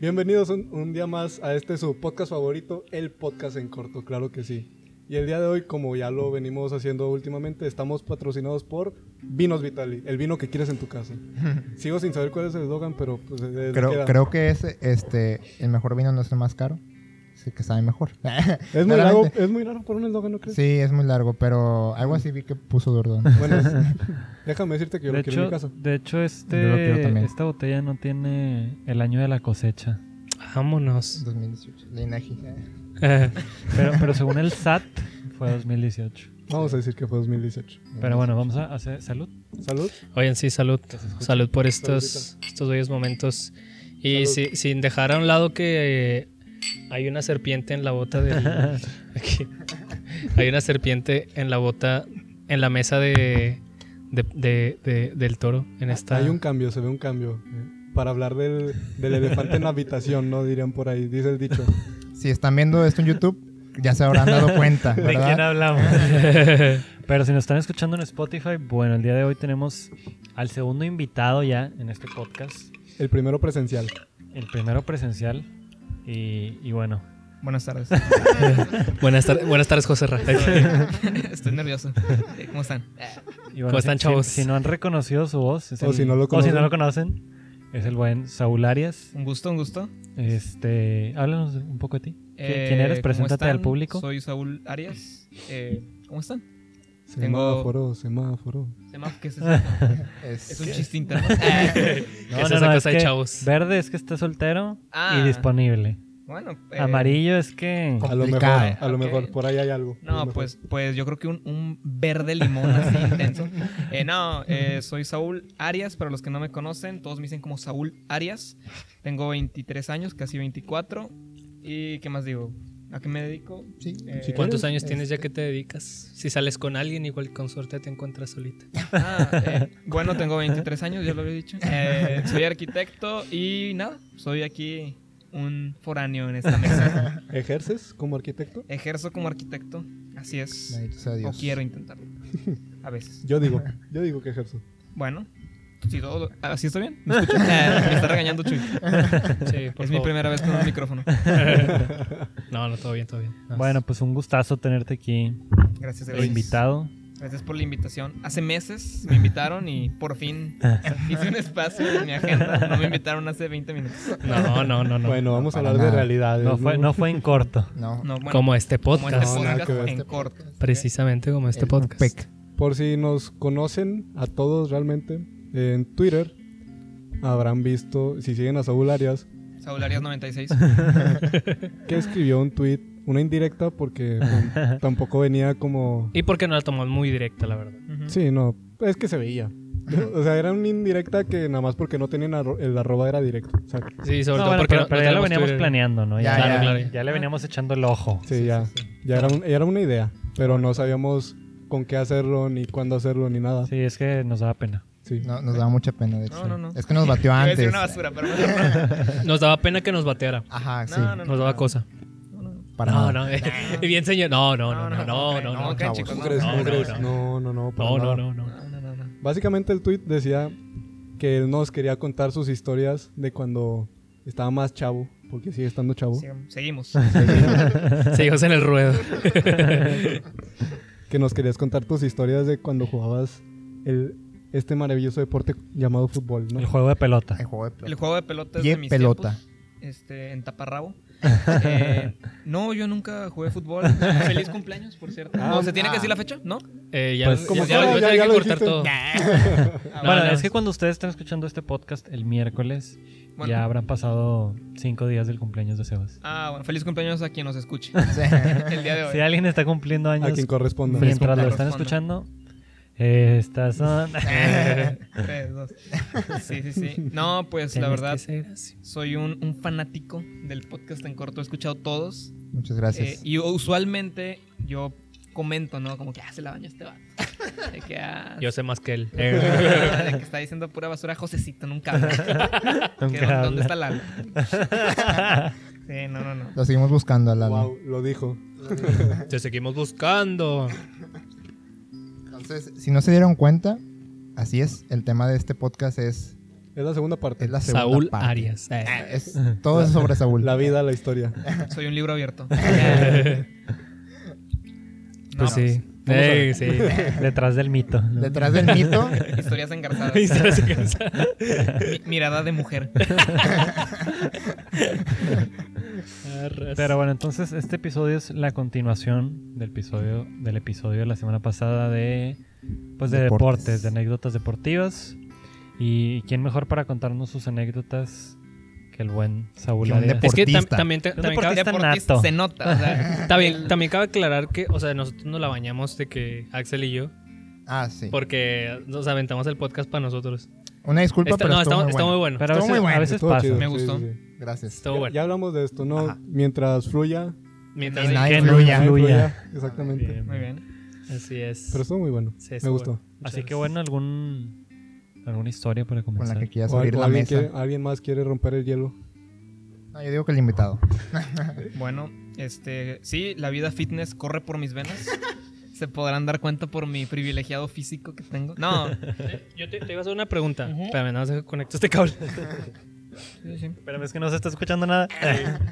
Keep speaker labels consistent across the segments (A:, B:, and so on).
A: Bienvenidos un, un día más a este su podcast favorito, el podcast en corto, claro que sí. Y el día de hoy, como ya lo venimos haciendo últimamente, estamos patrocinados por Vinos Vitali, el vino que quieres en tu casa. Sigo sin saber cuál es el eslogan, pero pues es-
B: Creo,
A: queda.
B: creo que es este el mejor vino no es el más caro. Sí, que sabe mejor.
A: es muy largo,
B: Claramente.
A: es muy largo por un eslogan, ¿no crees?
B: Sí, es muy largo, pero algo así vi que puso Durdón.
A: Bueno, es- déjame decirte que yo
C: de
A: lo quiero en
C: hecho,
A: mi casa.
C: de hecho
B: Yo lo quiero
C: este,
B: también.
C: esta botella no tiene el año de la cosecha.
D: Vámonos.
B: 2018, de Inagi.
D: Eh,
C: Pero, pero según el SAT fue 2018.
A: Vamos a decir que fue 2018.
C: Pero bueno, vamos a hacer salud.
A: Salud.
D: oigan, sí, salud. Salud por estos,
A: Saludita.
D: estos bellos momentos. Y
A: Salud.
D: si- sin dejar a un lado que eh, hay una serpiente en la bota del. aquí. Hay una serpiente en la bota, en la mesa de, de- de- de- del toro. En esta.
A: Hay un cambio, se ve un cambio. eh, Para hablar del, del elefante en la habitación, ¿no? Dirían por ahí, dice el dicho.
B: Si están viendo esto en YouTube, ya se habrán dado cuenta,
E: ¿De quién
B: ¿verdad?
E: hablamos?
C: Pero si nos están escuchando en Spotify, bueno, el día de hoy tenemos al segundo invitado ya en este podcast.
A: El primero presencial.
C: El primero presencial. Y, y bueno,
E: Buenas tardes.
D: Buenas, tar- buenas tardes, José Ra.
E: Estoy nervioso. Eh, ¿Cómo están?
C: y bueno,
D: ¿Cómo están,
C: si-
D: chavos?
C: Si, si no han reconocido su voz, es
A: O si no lo
C: o
A: conocen.
C: no lo conocen, es el buen Saúl Arias.
E: Un gusto, un gusto.
C: Este, háblanos un poco de ti. ¿Qui-
E: Eh,
C: ¿Quién eres?
E: ¿cómo
C: Preséntate al
E: están?
C: público.
E: Soy Saúl Arias. Eh, ¿Cómo están? Tengo-
A: Semáforo, semáforo.
E: Sema- ¿Qué es eso?
B: Es-
E: Es un chiste interno.
D: Que es esa cosa de
C: que
D: chavos.
C: Verde es que está soltero
E: Ah.
C: y disponible.
E: Bueno, eh,
C: Amarillo es que
A: A lo mejor,
B: Complicado.
A: a lo
E: Ok.
A: mejor, por ahí hay algo. A lo
E: No,
A: mejor.
E: pues, pues yo creo que un, un verde limón así intenso. Eh, no, eh, soy Saúl Arias, para los que no me conocen, todos me dicen como Saúl Arias. Tengo 23 años, casi 24. ¿Y qué más digo? ¿A qué me dedico?
B: Sí.
E: Eh,
B: Si
D: ¿Cuántos
B: quieres,
D: años tienes ya
B: este,
D: que te dedicas? Si sales con alguien, igual con suerte te encuentras solita.
E: Ah, eh, bueno, tengo 23 años, ya lo había dicho. Eh, soy arquitecto y nada, soy aquí un foráneo en esta mesa.
A: ¿Ejerces como arquitecto?
E: Ejerzo como arquitecto, así es.
B: bendito sea
E: O
B: Dios.
E: quiero intentarlo. A veces.
A: Yo digo, yo digo que ejerzo.
E: Bueno, si todo. ¿Así está bien? ¿Me escucho? Eh, me está regañando Chuy.
D: Sí, por
E: es mi
D: favor.
E: primera vez con un micrófono.
D: No, no, todo bien, todo bien. No,
C: bueno, pues un gustazo tenerte aquí
E: Gracias,
C: de
E: gracias.
C: invitado.
E: Gracias por la invitación. Hace meses me invitaron y por fin hice un espacio en mi agenda. No me invitaron hace 20 minutos.
D: No, no, no, no.
A: Bueno, vamos a
B: para
A: hablar de
B: nada.
A: realidades.
C: No fue, no fue en corto.
B: No,
E: No, bueno,
D: como este
E: como este
D: podcast.
A: No, nada que ver.
E: podcast en corto.
D: Precisamente como este
B: el
D: podcast.
B: Upec.
A: Por si nos conocen a todos realmente, eh, en Twitter habrán visto, si siguen a Saúl Arias,
E: Saúl Arias 96.
A: que escribió un tweet, una indirecta, porque pues, tampoco venía como...
D: Y porque no la tomó muy directa, la verdad.
E: Ujú.
A: Sí, no, es que se veía. O sea, era una indirecta que nada más porque no tenían arro- el arroba era directo. O sea,
D: Sí, sobre
C: No,
D: todo
C: bueno,
D: porque
C: pero,
D: no-
C: pero
D: no
C: ya lo
D: tenemos
C: veníamos
D: Twitter.
C: planeando, ¿no?
B: Ya,
D: Claro,
B: ya.
D: claro.
C: ya le veníamos echando el ojo.
A: sí, ya, ya era, un- ya era una idea, pero no sabíamos con qué hacerlo, ni cuándo hacerlo, ni nada.
C: Sí, es que nos da pena.
A: Sí.
B: No, nos daba mucha pena, de hecho.
E: No, no, no.
B: Es que nos batió
E: Iba a decir
B: antes.
E: una basura, pero mejor
D: Nos daba pena que nos bateara.
B: Ajá, sí.
E: no. no, no, no,
D: Nos daba
E: no.
D: cosa.
E: No, no, no.
B: Para
D: No,
B: nada.
D: no. eh, Bien señor. No, no, no, no, no,
E: no,
D: no, no.
E: no,
B: chavos.
E: chicos,
A: ¿Cómo
E: no,
A: crees?
D: no,
A: ¿Cómo
D: no,
A: crees?
D: no.
A: No, no, no. para
D: No, no,
A: nada.
D: no, no.
E: No, no, no, no.
A: Básicamente el tweet decía que él nos quería contar sus historias de cuando estaba más chavo, porque sigue estando chavo.
E: Sigamos- Seguimos.
D: Seguimos en el ruedo.
A: Que nos querías contar tus historias de cuando jugabas el, este maravilloso deporte llamado fútbol, ¿no?
C: El juego de pelota.
B: El juego de
E: El
B: pelota.
E: juego de pelota es
B: Pie
E: de mis
B: pelota.
E: tiempos, Este, en taparrabo. Eh, no, yo nunca jugué fútbol. Feliz cumpleaños, por cierto.
A: Ah,
E: ¿No se tiene
B: ah.
E: que decir la fecha? ¿No?
D: Eh, ya
A: Pues,
D: ya-
A: como
D: ya,
A: quiera,
D: voy a
A: ya-
D: tener
A: ya
D: que
A: lo
D: cortar
A: dijiste.
D: todo.
E: Ah,
C: bueno,
D: no,
C: es que
D: es-
C: cuando ustedes están escuchando este podcast el miércoles,
E: Bueno.
C: ya habrán pasado cinco días del cumpleaños de Sebas.
E: Ah, bueno, feliz cumpleaños a quien nos escuche
B: Sí.
E: el día de hoy.
C: Si alguien está cumpliendo
A: A
C: años
A: quien corresponda.
B: Feliz
C: mientras lo
E: cumpleaños.
C: están escuchando, eh, estas son...
E: Ah, Tres, dos. Sí, sí, sí. No, pues la
D: Tienes
E: verdad,
D: que ser así.
E: soy un, un fanático del podcast en corto. He escuchado todos.
B: Muchas gracias.
E: Eh, y usualmente yo comento, ¿no? Como que, ah, se la baña este vato. De que, ah,
D: Yo sé más que él.
E: de que está diciendo pura basura Josecito, nunca habla. Que,
C: Nunca habla.
E: ¿Dónde está Lalo? Sí, no, no, no.
B: Lo seguimos buscando a Lalo.
A: Wow, lo dijo.
D: Te seguimos buscando.
B: Entonces, si no se dieron cuenta, así es. El tema de este podcast es,
A: Es la segunda parte.
B: es la segunda
D: Saúl
B: parte.
D: Arias. Eh.
B: Ah, es- todo es sobre Saúl.
A: La vida, la historia.
E: Soy un libro abierto. No,
D: Pues sí.
A: vamos a
D: Ey,
A: ver.
D: sí.
C: Detrás del mito. ¿no?
B: Detrás del mito,
E: Historias engarzadas.
D: Y se hace cansar.
E: Mi- mirada de mujer.
C: Pero bueno, entonces este episodio es la continuación del episodio del episodio de la semana pasada de pues de deportes,
B: Deportes.
C: de anécdotas deportivas. Y quién mejor para contarnos sus anécdotas que el buen Saúl
B: Que un
C: Arias.
D: Es que tam-
B: Deportista.
D: también, te-
C: Un
D: también cabe,
C: deportista
E: Deportista,
C: nato.
E: se nota. o sea,
D: está bien, también cabe aclarar que, o sea, nosotros nos la bañamos de que Axel y yo,
B: ah, sí.
D: porque nos aventamos el podcast para nosotros.
B: Una disculpa,
D: Está-
B: pero
D: no,
B: estuvo
D: está,
B: muy
D: está muy
B: bueno.
D: bueno.
C: Pero a
B: Estuvo
C: veces,
B: muy bueno,
C: a veces
A: Estuvo
C: pasa.
A: chido,
E: Me
A: sí,
E: gustó.
A: sí, sí.
B: Gracias.
D: Estuvo
A: Ya-
D: bueno.
A: Ya hablamos de esto, ¿no?
B: Ajá.
A: Mientras fluya.
D: Mientras-
B: Y nadie-
C: Que
B: Ay,
C: no
B: fluya.
C: influya.
A: Exactamente.
D: Bien.
E: Muy bien.
D: Así es.
A: Pero estuvo muy bueno.
D: Sí,
A: Me
D: estuvo
A: gustó.
D: bueno. Muchas
C: Así que
D: gracias.
C: bueno, algún alguna historia para
B: Con la
C: comenzar.
B: que quieras
A: O-
B: abrir
A: o
B: la
A: alguien,
B: mesa.
A: quiere- alguien más quiere romper el hielo.
B: No, yo digo que el invitado.
E: Bueno, este, sí, la vida fitness corre por mis venas. Se podrán dar cuenta por mi privilegiado físico que tengo. No,
D: Yo te, te iba a hacer una pregunta. Espérame, nada más deja que conecto este cable.
E: sí, sí.
C: Pero es que no se está escuchando nada.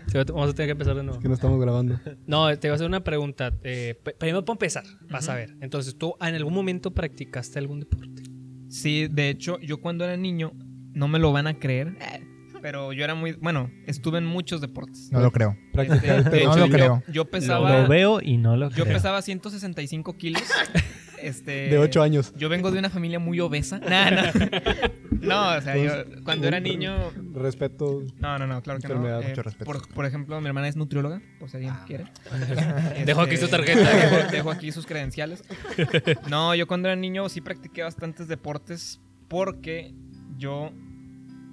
D: Sí, Vamos a tener que empezar de nuevo.
A: Que no estamos grabando.
E: Este,
D: No, te iba a hacer una pregunta. eh, pe- primero para empezar, vas a ver. Entonces, ¿tú en algún momento practicaste algún deporte?
E: Sí, de hecho, yo cuando era niño, no me lo van a creer, eh, pero yo era muy, bueno, estuve en muchos deportes.
B: No lo creo.
E: Este,
A: Practicar
E: de
A: el
B: No
E: hecho,
B: lo
E: yo-
B: creo.
E: Yo, pesaba,
C: Lo veo y no lo
E: yo
C: creo.
E: pesaba 165 kilos. Este,
A: de 8 años.
E: Yo vengo de una familia muy obesa. Nah, no. No, o sea, yo cuando era niño.
A: Respeto.
E: No, no, no, claro que no.
A: Enfermedad,
E: Eh,
B: mucho respeto.
E: por, por ejemplo, mi hermana es nutrióloga, por si alguien quiere.
D: Ah.
E: Este,
D: Dejo aquí su tarjeta.
E: Dejo, dejo aquí sus credenciales. No, yo cuando era niño sí practiqué bastantes deportes porque yo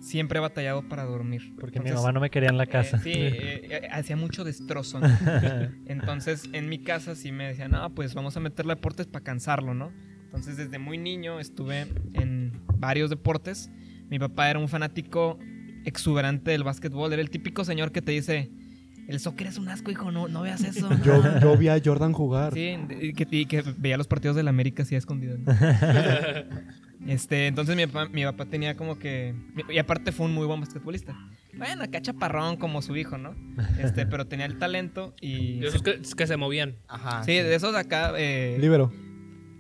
E: siempre he batallado para dormir.
C: Porque mi
E: Entonces,
C: mamá no me quería en la
E: eh,
C: casa.
E: sí, eh, eh, hacía mucho destrozo. ¿no? Entonces, en mi casa sí me decían, ah, pues vamos a meterle deportes para cansarlo, ¿no? Entonces, desde muy niño estuve en varios deportes. Mi papá era un fanático exuberante del básquetbol. Era el típico señor que te dice, el soccer es un asco, hijo, no, no veas eso.
A: Yo,
E: no".
A: yo vi a Jordan jugar.
E: Sí, y que, y que veía los partidos de la América así a escondidas. ¿no? este, entonces mi papá, mi papá tenía como que... Y aparte fue un muy buen basquetbolista. Bueno, acá chaparrón como su hijo, ¿no? Este, pero tenía el talento y...
D: De esos que, que se movían.
B: Ajá.
E: Sí, de esos de acá... eh,
A: Libero.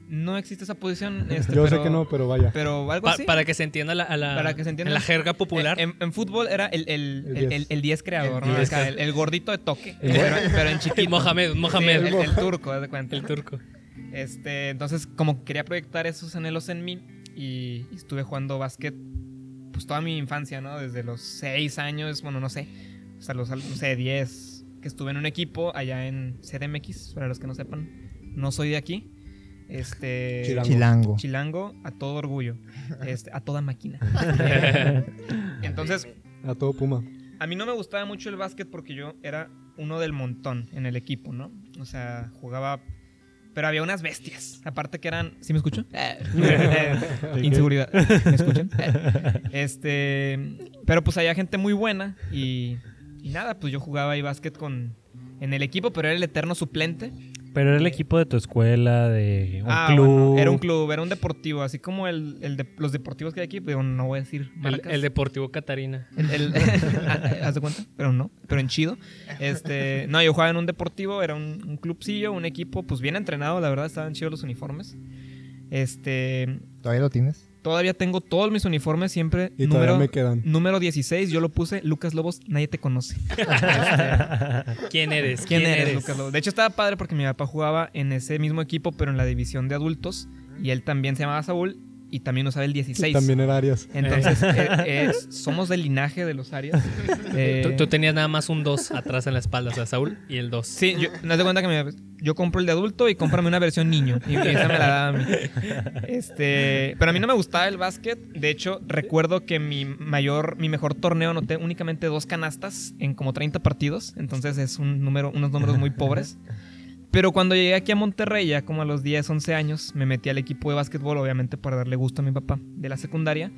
E: no existe esa posición. este,
A: Yo sé
E: pero-
A: que no, pero vaya.
E: Pero algo
D: Pa-
E: así.
D: Para que se entienda la, a la-
E: Para que se entienda.
D: en la jerga popular.
E: En, en fútbol era el 10 el,
A: El
E: el- el-
A: diez.
E: el diez creador,
B: El
E: ¿no?
B: diez.
E: Acá, el, el gordito de toque.
A: El
E: Pero, pero en
D: y
E: chiquito.
D: Mohamed, Mohamed.
E: Sí, el, el turco, haz de cuenta.
D: el turco.
E: Este, entonces, como que quería proyectar esos anhelos en mí y, y estuve jugando básquet pues toda mi infancia, ¿no? Desde los 6 años, bueno, no sé, hasta los, no sé, 10, que estuve en un equipo allá en CDMX, para los que no sepan, no soy de aquí. Este,
A: Chilango.
B: Chilango.
E: Chilango a todo orgullo, este, a toda máquina. Entonces,
A: A todo Puma.
E: a mí no me gustaba mucho el básquet porque yo era uno del montón en el equipo, ¿no? O sea, jugaba. Pero había unas bestias. Aparte que eran. ¿Sí me escucho? Inseguridad. ¿Me escuchan? este. Pero pues había gente muy buena y. Y nada, pues yo jugaba ahí básquet con. En el equipo, pero era el eterno suplente.
C: Pero era el equipo de tu escuela, de un
E: Ah,
C: club.
E: bueno, era un club, era un deportivo, así como el, el de- los deportivos que hay aquí, pero no voy a decir
D: El,
E: marcas.
D: el deportivo Catarina.
E: El- el- ah, eh, ¿Haz de cuenta? Pero no, pero en chido. Este, no, yo jugaba en un deportivo, era un, un clubcillo, un equipo, pues bien entrenado, la verdad, estaban chidos los uniformes. Este,
B: ¿Todavía lo tienes?
E: todavía tengo todos mis uniformes, siempre
A: Y
E: número,
A: todavía me quedan.
E: número 16, yo lo puse, Lucas Lobos, nadie te conoce.
D: ¿Quién eres?
E: ¿Quién, eres, Lucas Lobos? De hecho, estaba padre porque mi papá jugaba en ese mismo equipo, pero en la división de adultos, y él también se llamaba Saúl, y también usaba el 16.
A: También era Arias.
E: Entonces, eh, eh, somos del linaje de los Arias. Eh,
D: Tú, tú tenías nada más un 2 atrás en la espalda, o sea, Saúl y el 2.
E: Sí, yo, no de cuenta que me- yo compro el de adulto y cómprame una versión niño. Y esa me la daba a mí. Este, pero a mí no me gustaba el básquet. De hecho, recuerdo que mi mayor, mi mejor torneo anoté únicamente dos canastas en como 30 partidos. Entonces es un número, unos números muy pobres. Pero cuando llegué aquí a Monterrey, ya como a los 10, 11 años, me metí al equipo de básquetbol, obviamente para darle gusto a mi papá de la secundaria.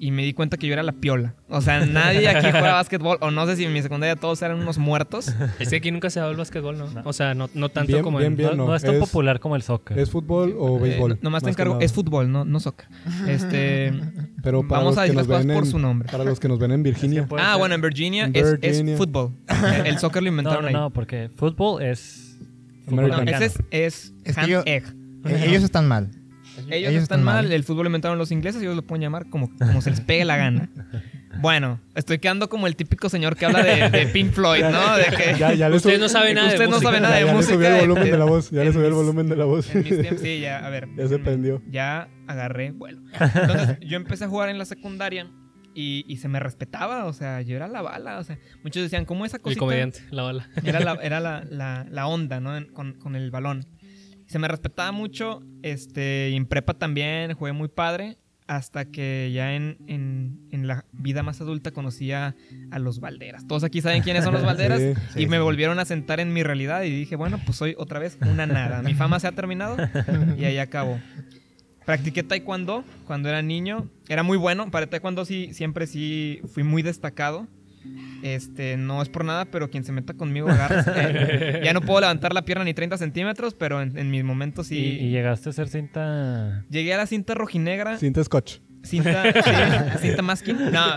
E: y me di cuenta que yo era la piola. O sea, nadie aquí juega básquetbol. O no sé si en mi secundaria todos eran unos muertos.
D: Es que aquí nunca se va el básquetbol, ¿no?
C: No.
D: O sea, no, no tanto
A: Bien,
D: como
A: bien,
D: en...
A: bien.
C: no,
A: no,
C: no es tan
A: es-
C: popular como el soccer.
A: ¿Es fútbol o béisbol?
E: Eh, nomás te
A: Más que
E: encargo.
A: nada.
E: Es fútbol, no, no soccer. Este.
A: Pero para
E: Vamos
A: los
E: a
A: que
E: decir las
A: nos
E: cosas
A: ven
E: por
A: en-
E: su nombre.
A: Para los que nos ven en Virginia.
C: puede
E: Ah,
C: ser.
E: bueno, en Virginia, es- Es,
A: Virginia.
E: fútbol. El soccer lo
C: no,
E: inventaron
C: no,
E: ahí.
C: no, porque fútbol es. fútbol
A: American.
E: No,
C: americano.
E: ese es, es,
B: Es que
E: ham
B: yo-
E: egg.
B: Eh, Ellos están mal.
E: Ellos, están mal, el fútbol lo inventaron los ingleses, ellos lo pueden llamar como, como se les pegue la gana. Bueno, estoy quedando como el típico señor que habla de, de Pink Floyd, ¿no? De que
A: Ya, ya le
D: Ustedes
A: subí-
D: no saben nada de
E: Ustedes no
D: música.
E: saben nada de
A: ya- ya le
E: música. este,
A: subí el volumen de la voz. Ya
E: en
A: le subí el
E: mis-
A: volumen de la voz.
E: En mis tiempos, sí, ya, a ver. Mm,
A: Ya se prendió.
E: Ya agarré vuelo. Entonces, yo empecé a jugar en la secundaria y, y se me respetaba, o sea, yo era la bala, o sea, muchos decían, ¿cómo esa
D: El
E: cosita?
D: comediante, la bala.
E: Era la, era la, la- la onda, ¿no? En- con, con el balón. Se me respetaba mucho, este, y en prepa también, jugué muy padre, hasta que ya en, en- en la vida más adulta conocía a los Valderas. Todos aquí saben quiénes son los Valderas.
A: Sí.
E: y me volvieron a sentar en mi realidad y dije, bueno, pues soy otra vez una nada. Mi fama se ha terminado y ahí acabó. Practiqué taekwondo cuando era niño. Era muy bueno. Para taekwondo sí, siempre sí fui muy destacado. Este, no es por nada, pero quien se meta conmigo agarra. Eh, ya no puedo levantar la pierna ni 30 centímetros, pero en, en mis momentos
C: Y,
E: sí.
C: y llegaste a ser cinta.
E: Llegué a la cinta rojinegra.
A: Cinta Scotch.
E: Cinta, sí, cinta masking. No,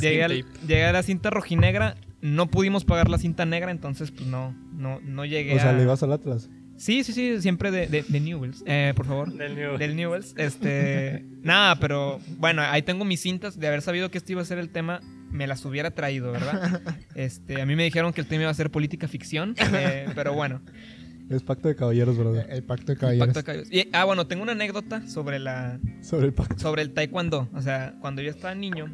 E: llegué, al- llegué a la cinta rojinegra. No pudimos pagar la cinta negra, entonces pues no, no, no llegué
A: O sea,
E: a...
A: le vas al Atlas.
E: Sí, sí, sí, siempre de, de, de Newells, eh, por favor.
C: Del New.
E: Del Newells. Este, nada, pero bueno, ahí tengo mis cintas. De haber sabido que este iba a ser el tema, me las hubiera traído, ¿verdad? Este, a mí me dijeron que el tema iba a ser política ficción, eh, pero bueno.
A: Es pacto de caballeros, brother.
B: Eh, El pacto de
E: Pacto
B: caballeros.
E: de Caballeros. Y- ah, bueno, tengo una anécdota sobre la,
A: Sobre el pacto.
E: sobre el taekwondo. O sea, cuando yo estaba niño,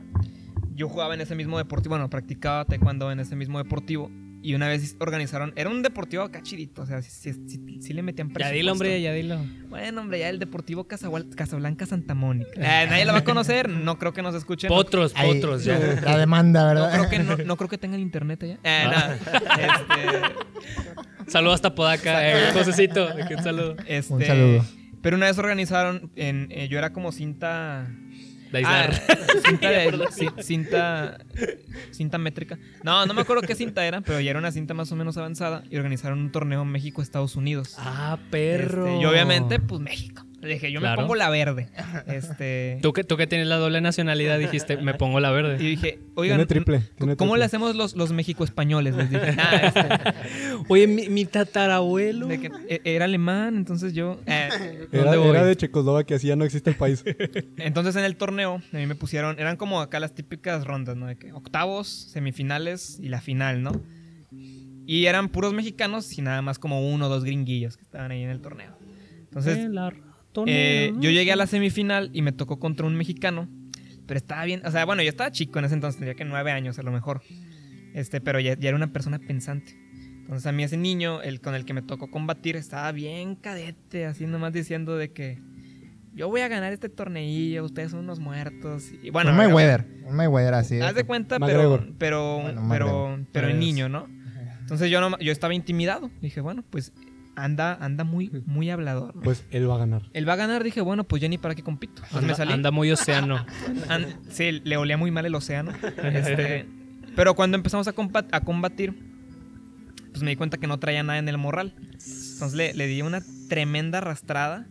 E: yo jugaba en ese mismo deportivo. Bueno, practicaba taekwondo en ese mismo deportivo. Y una vez organizaron. Era un deportivo acá chidito. O sea, sí, sí- sí- sí le metían
D: Ya
E: presupuesto.
D: dilo, hombre, ya dilo.
E: Bueno, hombre, ya el deportivo Casagual- Casablanca Santa Mónica.
D: Ah.
E: Eh, nadie la va a conocer. No creo que nos escuchen. No,
D: Potros,
B: Ahí-
D: potros, ya.
B: La demanda,
E: no
B: ¿verdad?
E: creo que, no, no creo que tengan internet allá. Eh,
D: Ah.
E: nada.
D: Saludos hasta Podaca, eh, Josecito. de que Un saludo.
E: Este, este,
B: Un saludo.
E: Pero una vez organizaron. En, eh, yo era como cinta.
D: De
E: Ah,
D: Aizar.
E: cinta, de- ci- cinta, cinta métrica. No, no me acuerdo qué cinta era, pero ya era una cinta más o menos avanzada y organizaron un torneo México-Estados Unidos.
D: Ah,
E: Este,
D: perro.
E: y obviamente, pues México. Le dije, yo
D: Claro.
E: me pongo la verde. Este,
D: Tú que, tú que tienes la doble nacionalidad dijiste, me pongo la
E: y
D: verde.
E: dije, oigan,
A: Tiene triple, tiene
E: ¿cómo
A: triple.
E: le hacemos los, los México-españoles? Les dije, "Ah, este,
D: Oye, mi, mi tatarabuelo.
E: de que, eh, era alemán, entonces yo... eh,
A: Era,
D: ¿Dónde voy?
A: era de Checoslovaquia, así ya no existe el país.
E: Entonces en el torneo a mí me pusieron, eran como acá las típicas rondas, ¿no? De que octavos, semifinales y la final, ¿no? Y eran puros mexicanos y nada más como uno o dos gringuillos que estaban ahí en el torneo. Entonces eh, yo llegué a la semifinal y me tocó contra un mexicano, pero estaba bien, o sea, bueno, yo estaba chico en ese entonces, tenía que nueve años a lo mejor, este, pero ya, ya era una persona pensante. Entonces a mí ese niño, el con el que me tocó combatir, estaba bien cadete, así nomás diciendo de que yo voy a ganar este torneillo, ustedes son unos muertos. Y bueno,
B: un
E: a ver,
B: Mayweather. Un Mayweather así.
E: Haz de cuenta, pero,
A: McGregor.
E: pero,
B: Bueno,
E: pero,
B: McGregor.
E: pero en
D: Pues-
E: niño, ¿no? Entonces yo, no, yo estaba intimidado. Dije, bueno, pues anda, anda muy, muy hablador. ¿no?
A: Pues él va a ganar.
E: Él va a ganar, dije, bueno, pues ya ni para qué compito. Entonces me
D: Anda,
E: salí.
D: anda pues. muy océano.
E: An- sí, le olía muy mal el océano. Este, pero cuando empezamos a, compa- a combatir, pues me di cuenta que no traía nada en el morral. Entonces le, le di una tremenda arrastrada.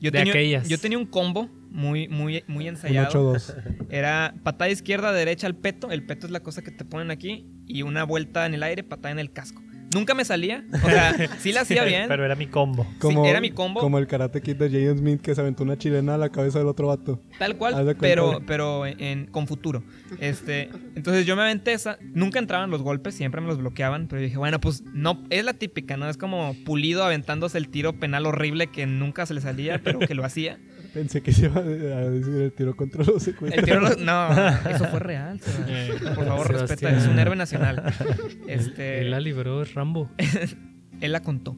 E: Yo
D: De
E: tenía,
D: aquellas.
E: Yo tenía un combo muy, muy, muy
A: Un
E: ensayado.
A: 8-2.
E: Era patada izquierda, derecha al peto. El peto es la cosa que te ponen aquí. Y una vuelta en el aire, patada en el casco. Nunca me salía. O sea, sí la hacía bien.
C: Pero era mi combo.
A: Como,
E: era mi combo.
A: Como el karate kid de Jaden Smith que se aventó una chilena a la cabeza del otro vato. Haz
E: Tal
A: de
E: cual,
A: cuenta.
E: pero, pero en- con futuro. Este, entonces yo me aventé esa. Nunca entraban los golpes, siempre me los bloqueaban. Pero yo dije, bueno, pues no, es la típica, ¿no? Es como pulido aventándose el tiro penal horrible que nunca se le salía, pero que lo hacía.
A: Pensé que se iba a decir el tiro contra los
E: El
A: secuestros.
E: tiro lo- no, eso fue real. Sebastián. Por favor, respeta,
D: Sebastián.
E: es un héroe nacional. Este,
D: Él la libró, es Rambo.
E: Él la contó.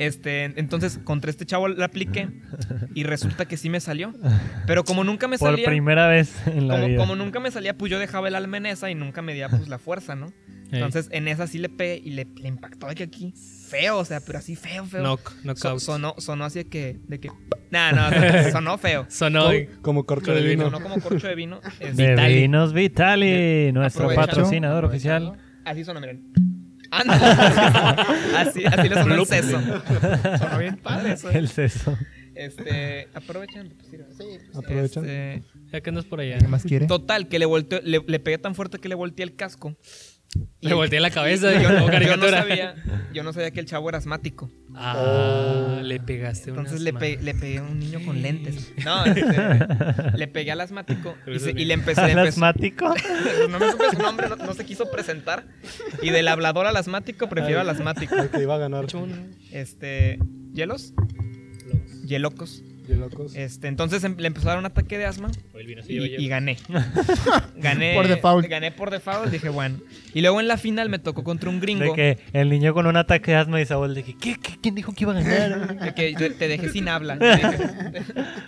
E: Este, entonces contra este chavo la apliqué y resulta que sí me salió. Pero como nunca me
C: Por
E: salía.
C: primera vez en la
E: como,
C: vida.
E: como nunca me salía, pues yo dejaba el alma en esa y nunca medía pues la fuerza, ¿no? Entonces en esa sí le pegué y le, le impactó de que aquí. Feo, o sea, pero así feo, feo.
D: Eh, knock,
E: So-
D: knockout.
E: sonó, sonó así de que, de que Nah, no, sonó feo.
D: Sonó.
A: Como, como corcho
D: Con
A: de
D: el
A: vino.
D: vino.
E: Sonó como corcho de vino. este, Es-
C: De
D: Vitali.
C: Vinos Vitali,
E: Bien.
C: nuestro
E: Aprovechando.
C: patrocinador oficial.
E: Así suena, miren. Anda. así, así le sonó el seso. Sonó bien padre eso. ¿eh?
C: El seso.
E: Este, aprovechan. pues, sí, sí,
A: Aprovechan.
E: este,
D: Ya que andas por allá.
B: ¿Qué más quiere?
E: total, que le, volteó, le, le pegué tan fuerte que le volteé el casco.
D: Le volteé la cabeza.
E: Y yo,
D: como
E: no- yo no
D: caricatura.
E: sabía, yo no sabía que el chavo era asmático.
D: Ah, le pegaste una.
E: Entonces le,
D: ma-
E: pe- le pegué a un niño con lentes. No, este, le pegué al asmático y, se- y le empecé.
C: ¿Al
E: le empecé-
C: asmático?
E: no me supe su nombre, no, no se quiso presentar. Y del hablador al asmático, prefiero al asmático.
A: El que iba a ganar.
E: Este, ¿hielos? Hielocos.
A: De locos.
E: Este, entonces em- le empezó a dar un ataque de asma y, y gané. gané.
B: Por default.
E: Gané por default, dije, bueno. Y luego en la final me tocó contra un
C: De
E: gringo.
C: que el niño con un ataque de asma y Saúl de que, ¿qué, qué, quién dijo que iba a ganar?
E: de que te- te dejé sin habla.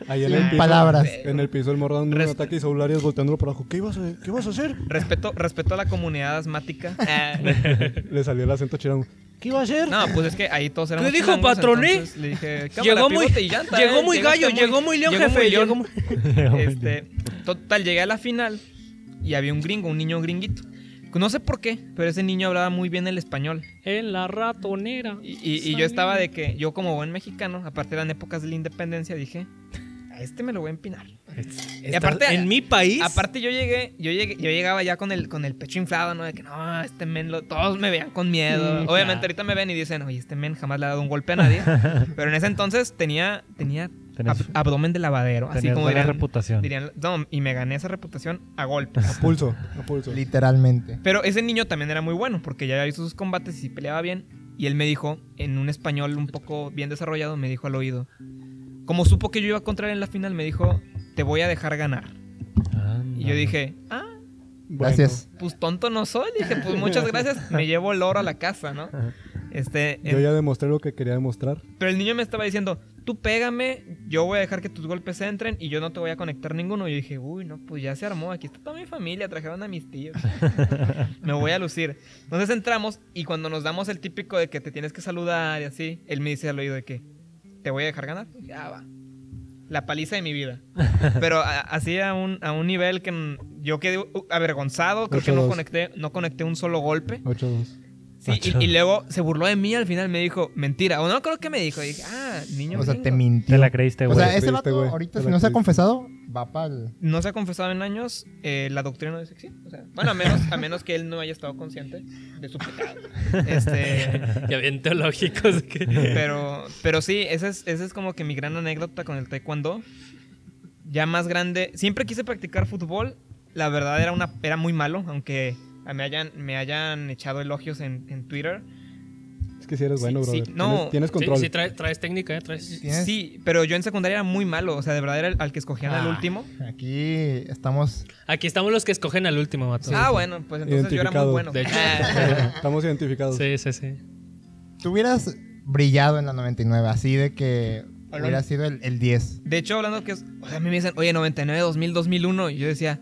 A: Ahí en
B: Sin
A: el piso.
B: palabras.
A: En el piso el morro dando un
E: Res-
A: ataque y Saúl Arias volteándolo para abajo. ¿Qué ibas a, qué ibas a hacer?
E: respeto, respeto a la comunidad asmática. Ah,
A: Le salió el acento chirano. ¿Qué iba a hacer?
E: no, pues es que ahí todos éramos
D: ¿Qué dijo,
E: chilangos,
D: patroné?
E: entonces Le dije, "Cámara,
D: Llegó muy-
E: pivote y llanta,
D: llegó
E: eh,
D: muy
E: llegaste
D: gallo, llegó muy león, jefe, llegó muy-
E: Este, total, llegué a la final y había un gringo, un niño gringuito. No sé por qué, pero ese niño hablaba muy bien el español.
D: En la ratonera.
E: Y, y- y yo estaba de que, yo como buen mexicano, aparte eran épocas de la independencia, dije, a este me lo voy a empinar.
D: Estás
E: aparte-
D: en mi país.
E: Aparte yo llegué, yo llegué, yo llegaba ya con el, con el pecho inflado, ¿no? De que no, este men, lo- todos me vean con miedo.
D: Mm,
E: Obviamente
D: claro.
E: ahorita me ven y dicen, oye, este men jamás le ha dado un golpe a nadie. Pero en ese entonces tenía, tenía
C: Tenías-
E: ab- abdomen de lavadero, así
C: Tenías
E: como
C: buena
E: dirían,
C: reputación.
E: dirían- no, y me gané esa reputación a golpes.
A: A pulso. A pulso.
B: Literalmente.
E: Pero ese niño también era muy bueno porque ya había visto sus combates y sí peleaba bien. Y él me dijo, en un español un poco bien desarrollado, me dijo al oído. Como supo que yo iba contra él en la final, me dijo, te voy a dejar ganar.
C: Ándale.
E: Y yo dije, ah,
A: Bueno.
B: Gracias.
E: pues tonto no soy. Dije, pues muchas gracias, me llevo el oro a la casa, ¿no? Este,
A: Yo
E: en-
A: ya demostré lo que quería demostrar.
E: Pero el niño me estaba diciendo, tú pégame, yo voy a dejar que tus golpes entren y yo no te voy a conectar ninguno. Y yo dije, uy, no, pues ya se armó, aquí está toda mi familia, trajeron a mis tíos. me voy a lucir. Entonces entramos y cuando nos damos el típico de que te tienes que saludar y así, él me dice al oído de que, te voy a dejar ganar. Pues Ya va. La paliza de mi vida. Pero a- así a un, a un nivel que n- yo quedé uh, avergonzado, creo que no
A: 8-2.
E: conecté, no conecté un solo golpe.
A: 8-2.
E: Sí, y- y, luego se burló de mí al final, me dijo, mentira. O no creo que me dijo. Y dije, ah, niño.
B: O sea,
E: gringo".
B: te mintió.
C: Te la creíste,
B: O
C: güey.
B: sea, ese
A: Creíste,
B: vato
A: güey.
B: ahorita
A: Te
B: si
A: la
B: no se ha
A: creíste.
B: confesado, va para el...
E: No se ha confesado en años eh, la doctrina de sexismo. O sea, bueno, a menos, a menos que él no haya estado consciente de su pecado. Este,
D: Ya bien teológicos. que-
E: pero, pero sí, esa es, esa es como que mi gran anécdota con el taekwondo. Ya más grande. Siempre quise practicar fútbol. La verdad era, una, era muy malo, aunque me hayan, me hayan echado elogios en, en Twitter.
A: Es que si eres
E: Sí,
A: bueno,
E: sí,
A: brother.
E: no.
A: Tienes, tienes
D: Sí,
A: control.
D: sí, traes, traes técnica, ¿eh? Traes.
B: ¿Tienes?
E: Sí, pero yo en secundaria era muy malo. O sea, de verdad era el- al que escogían al
D: Ah.
E: último.
B: Aquí estamos...
D: Aquí estamos los que escogen al último, vato.
E: Ah, bueno, pues entonces yo era muy
A: Identificado.
E: bueno. Ah.
D: De hecho.
A: Estamos identificados.
D: Sí, sí, sí.
B: Tú hubieras brillado en la 99, así de que
E: Hola.
B: hubiera sido el, el 10.
E: De hecho, hablando que es. O sea, a mí me dicen, oye, 99, 2000, 2001. Y yo decía,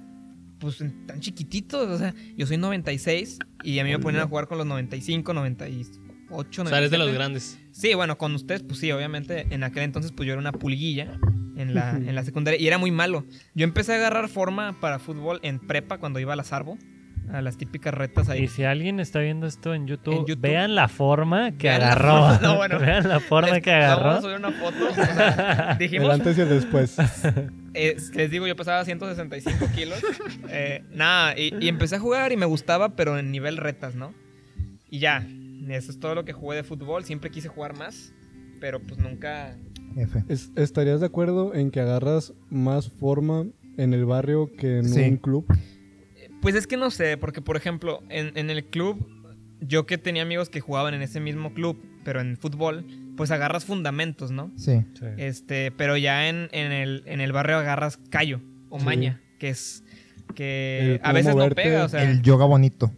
E: pues tan chiquititos. O sea, yo soy 96 y a mí me ponen a jugar con los 95, 98,
D: O sea, eres de los
E: 97.
D: grandes.
E: Sí, bueno, con ustedes, pues sí, obviamente. En aquel entonces, pues yo era una pulguilla en la, en la secundaria y era muy malo. Yo empecé a agarrar forma para fútbol en prepa cuando iba a la Sarbo, a las típicas retas ahí.
C: Y si alguien está viendo esto en YouTube,
E: En YouTube.
C: vean la forma que
E: Vean la
C: agarró.
E: forma, no, bueno.
C: vean la forma
E: Les-
C: que
E: Vamos a
C: agarró.
E: subir una foto. o sea,
A: El
E: dijimos,
A: antes y el después.
E: Eh, les digo, yo pesaba 165 kilos. Eh, nada, y, y empecé a jugar y me gustaba, pero en nivel retas, ¿no? Y ya, eso es todo lo que jugué de fútbol. Siempre quise jugar más, pero pues nunca...
B: F.
A: Es- ¿Estarías de acuerdo en que agarras más forma en el barrio que en
B: Sí.
A: un club?
E: Pues es que no sé, porque por ejemplo, en, en el club, yo que tenía amigos que jugaban en ese mismo club, pero en fútbol, pues agarras fundamentos, ¿no?
B: Sí.
C: Sí.
E: Este, pero ya en, en el, en el barrio agarras callo o
A: Sí.
E: maña, que es... Que
A: El
E: a veces
A: cómo verte,
E: no pega, o sea...
B: El yoga bonito.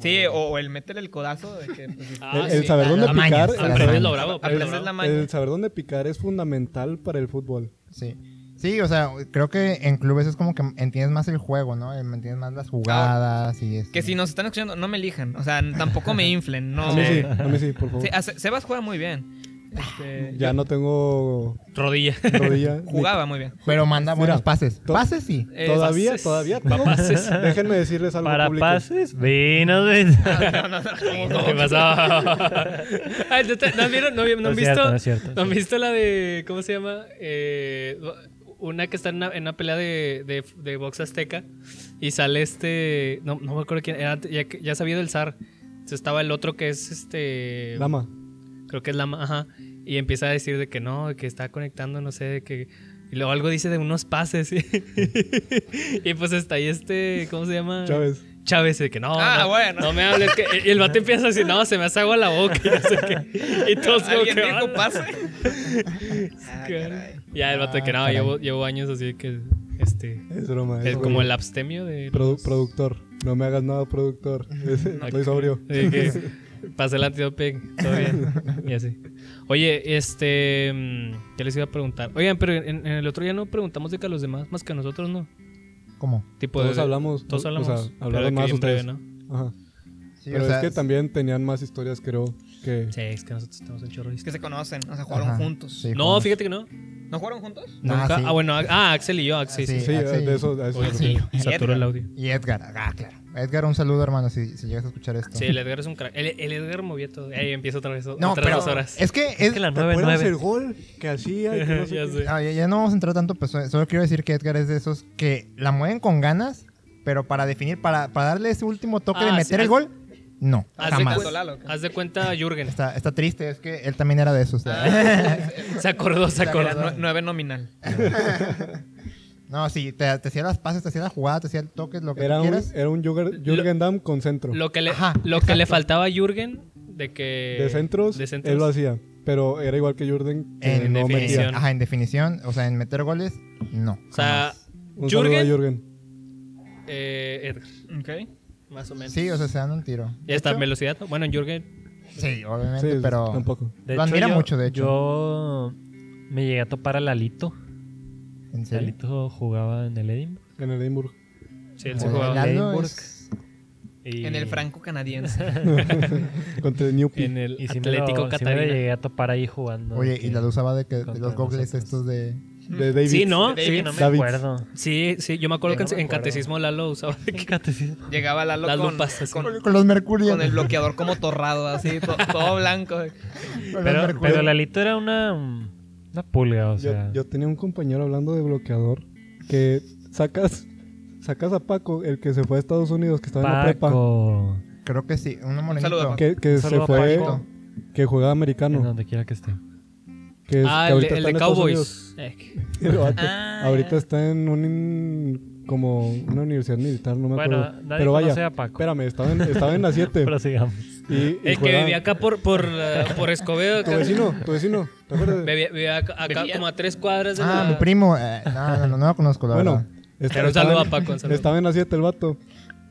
E: Sí, o, o el métele el codazo de que... pues,
D: Ah,
A: el, el saber dónde
B: la maña,
A: picar.
B: a
A: el
B: la
A: saber-
B: maña.
D: lo bravo,
E: A
A: el-
E: veces la maña.
A: el saber dónde picar es fundamental para el fútbol.
B: Sí. Sí, o sea, creo que en clubes es como que entiendes más el juego, ¿no? Entiendes más las jugadas y eso.
E: Que si nos están escuchando, no me elijan. O sea, n- tampoco me inflen. No. ah,
A: A mí sí, a mí sí, por favor.
E: Sí, a Se- Sebas juega muy bien. Este,
A: Ya no tengo
D: Rodilla.
A: rodilla. ni-
E: jugaba muy bien.
B: Pero manda buenos
A: Mira,
B: pases.
A: to-
B: Pases sí.
E: Eh,
A: todavía,
E: pases.
A: todavía.
C: Pa'
A: tengo.
C: pases.
A: Déjenme decirles algo
C: Para
A: público.
C: pases, vinos. vinos.
E: No, no, no, ¿cómo no?
D: ¿Qué pasó? Ay, ¿No, te- no han vieron- no vi- no
C: No
D: han
C: es
D: visto?
C: cierto, no es cierto.
D: ¿No han visto la de. ¿Cómo se llama? Eh, una que está en una, en una pelea de, de, de box azteca y sale este. No, no me acuerdo quién. Era, ya, que- ya sabía del zar. Entonces Estaba el otro que es este.
A: Dama.
D: Creo que es Lama, ajá. Y empieza a decir de que no, de que está conectando, no sé, de que. Y luego algo dice de unos pases. y- y pues está ahí este. ¿Cómo se llama?
A: Chávez.
D: Chávez, de que no,
E: Ah,
D: no,
E: bueno.
D: no me hables. Que, y el vato empieza a decir, no, se me hace agua la boca. Y, no sé qué. Y todos como
E: ¿Alguien
D: que.
E: dijo
D: "Ala".
E: pase? Ah, caray.
D: Ya, el vato de que no,
B: Ah,
D: llevo, llevo años así que. Este.
A: Es broma.
D: Es
A: broma.
D: como el abstemio de.
A: Produ- productor. No me hagas nada, productor. Estoy sobrio.
D: de que pasé el antídope, todo bien. Y así. Oye, este. mm, ¿Qué les iba a preguntar? Oigan, pero en, en el otro día no preguntamos de que a los demás, más que a nosotros, ¿no?
B: ¿Cómo?
D: Tipo
A: Todos
D: de-
A: hablamos.
D: Pues, Todos
A: o-
D: hablamos.
A: O sea,
D: pero de
A: hablaron
D: que
A: más
D: bien breve,
A: ustedes.
D: ¿no?
A: Ajá.
B: Sí,
A: Pero
B: o sea,
A: es que también tenían más historias, creo, que...
D: Sí, es que nosotros tenemos un chorro de
E: Es que se conocen, o sea, jugaron
B: Ajá.
E: juntos.
B: sí,
D: No,
B: jugamos.
D: fíjate que no.
E: ¿No jugaron juntos?
B: Ah,
D: Nunca. Ah,
B: sí.
D: bueno, ah, Axel y yo, Axel. sí.
A: Sí,
B: Sí,
A: a-
B: sí.
A: de eso, a eso me
D: Oye,
A: refiero.
D: Saturó el audio.
B: Y Edgar, ah, claro. Edgar, un saludo, hermano, si, si llegas a escuchar esto.
D: Sí, el Edgar es un crack. El, el Edgar movía todo. Ahí empieza otra vez.
B: no,
D: otras
B: pero
D: dos horas.
B: es que... Es,
C: que la
A: ¿Te acuerdas
C: 9-9.
A: el gol que hacía? y que no sé
D: Ya
A: qué?
D: sé.
B: Ah, ya, ya no vamos a entrar tanto, pues so- solo quiero decir que Edgar es de esos que la mueven con ganas, pero para definir, para, para darle ese último toque
D: Ah,
B: de
D: sí,
B: meter
D: haz-
B: el gol, no,
D: haz de
B: jamás.
E: Tanto Lalo, ¿qué?
D: Haz de cuenta, Jürgen.
B: Está, está triste, es que él también era de esos.
D: Ah. Se acordó, se
E: Mira,
D: acordó.
E: nue- nueve nominal.
B: No, sí, te, te hacía las pases, te hacía la jugada, te hacía el toque, lo que
A: Era
B: tú
A: un,
B: quieras.
A: era un Jürgen, Jürgen Damm con centro.
D: Lo que le,
B: Ajá,
D: lo que le faltaba a Jürgen de que.
A: de, centros,
D: de
A: él lo
D: centros.
A: hacía. Pero era igual que Jürgen, que
B: En
A: no
D: definición.
A: metía.
B: Ajá, en definición, o sea, en meter goles, no.
D: O sea,
A: Un saludo a
D: Jürgen.
A: Jürgen.
D: eh, Edgar,
E: Ok.
D: más o menos.
B: Sí, o sea, se dan un tiro.
D: Y
B: De
D: esta
B: hecho,
D: velocidad. ¿no? Bueno, Jürgen.
B: Sí,
A: Sí,
B: obviamente, pero...
A: tampoco.
B: Lo admira mucho, de hecho.
C: Yo me llegué a topar a Lalito.
B: ¿En serio?
C: Lalito jugaba en el Edinburgh.
A: En el Edimburgo.
D: Sí, él se
B: O sea,
D: jugaba.
B: Lalo
C: Edinburgh.
B: es-
C: Y-
E: En el franco canadiense.
A: Contra el Newpie.
D: En el
C: y sí me lo-
D: Atlético
C: sí me lo
D: Catalina.
C: llegué a topar ahí jugando.
B: Oye,
C: de que-
B: y la usaba de, que, de
C: Contra
B: los goggles
C: nosotros.
B: estos de...
A: De David.
D: Sí, ¿no?
E: De
D: Sí,
E: David.
C: No me
A: David.
C: acuerdo.
D: sí, sí, yo me acuerdo
C: Yo
D: que
C: no
D: en-
C: me
D: en
C: acuerdo.
D: catecismo Lalo usaba
C: ¿Qué
D: de que-
C: catecismo?
E: Llegaba Lalo
D: Las
E: con,
D: lupas, así.
E: con,
B: Con los mercurios.
E: con el bloqueador como torrado, así, to- todo blanco.
C: Pero, pero Lalito era una, una pulga, o
A: Yo,
C: sea.
A: yo tenía un compañero hablando de bloqueador que sacas sacas a Paco, el que se fue a Estados Unidos, que estaba en la prepa,
C: Paco.
B: Creo que sí, uno morenito.
E: saludo, Paco.
A: que, que
C: Un
A: se
C: saludo a
A: fue,
C: Paco.
A: que jugaba
C: En
A: americano,
C: donde quiera que esté.
A: que, es- que
D: Ah, el,
A: ahorita
D: de-
A: está
D: el de
A: en Estados
D: Cowboys. Eh,
A: Unidos. El vato.
E: Ah,
A: ahorita
E: ya.
A: está en un in- como una universidad militar, no me
C: Bueno,
A: acuerdo.
C: nadie
A: pero
C: conoce
A: vaya,
C: a Paco.
A: espérame, estaba en, estaba en la 7
C: Pero sigamos.
A: y, y
D: El que
A: juega-
D: vivía acá por, por, eh, por Escobedo.
A: tu
D: acá.
C: Pues,
A: vecino, tu vecino, ¿te acuerdas?
D: Vivía, vivía acá, acá
E: ¿Vivía?
D: como a tres cuadras de
B: Ah,
D: la-
B: mi primo. eh, no, no, no, no lo conozco, la
A: Bueno,
B: verdad.
A: esta-
D: Pero un
A: estaba
D: saludo
A: en-
D: a Paco, un saludo.
A: Estaba en la 7 el vato.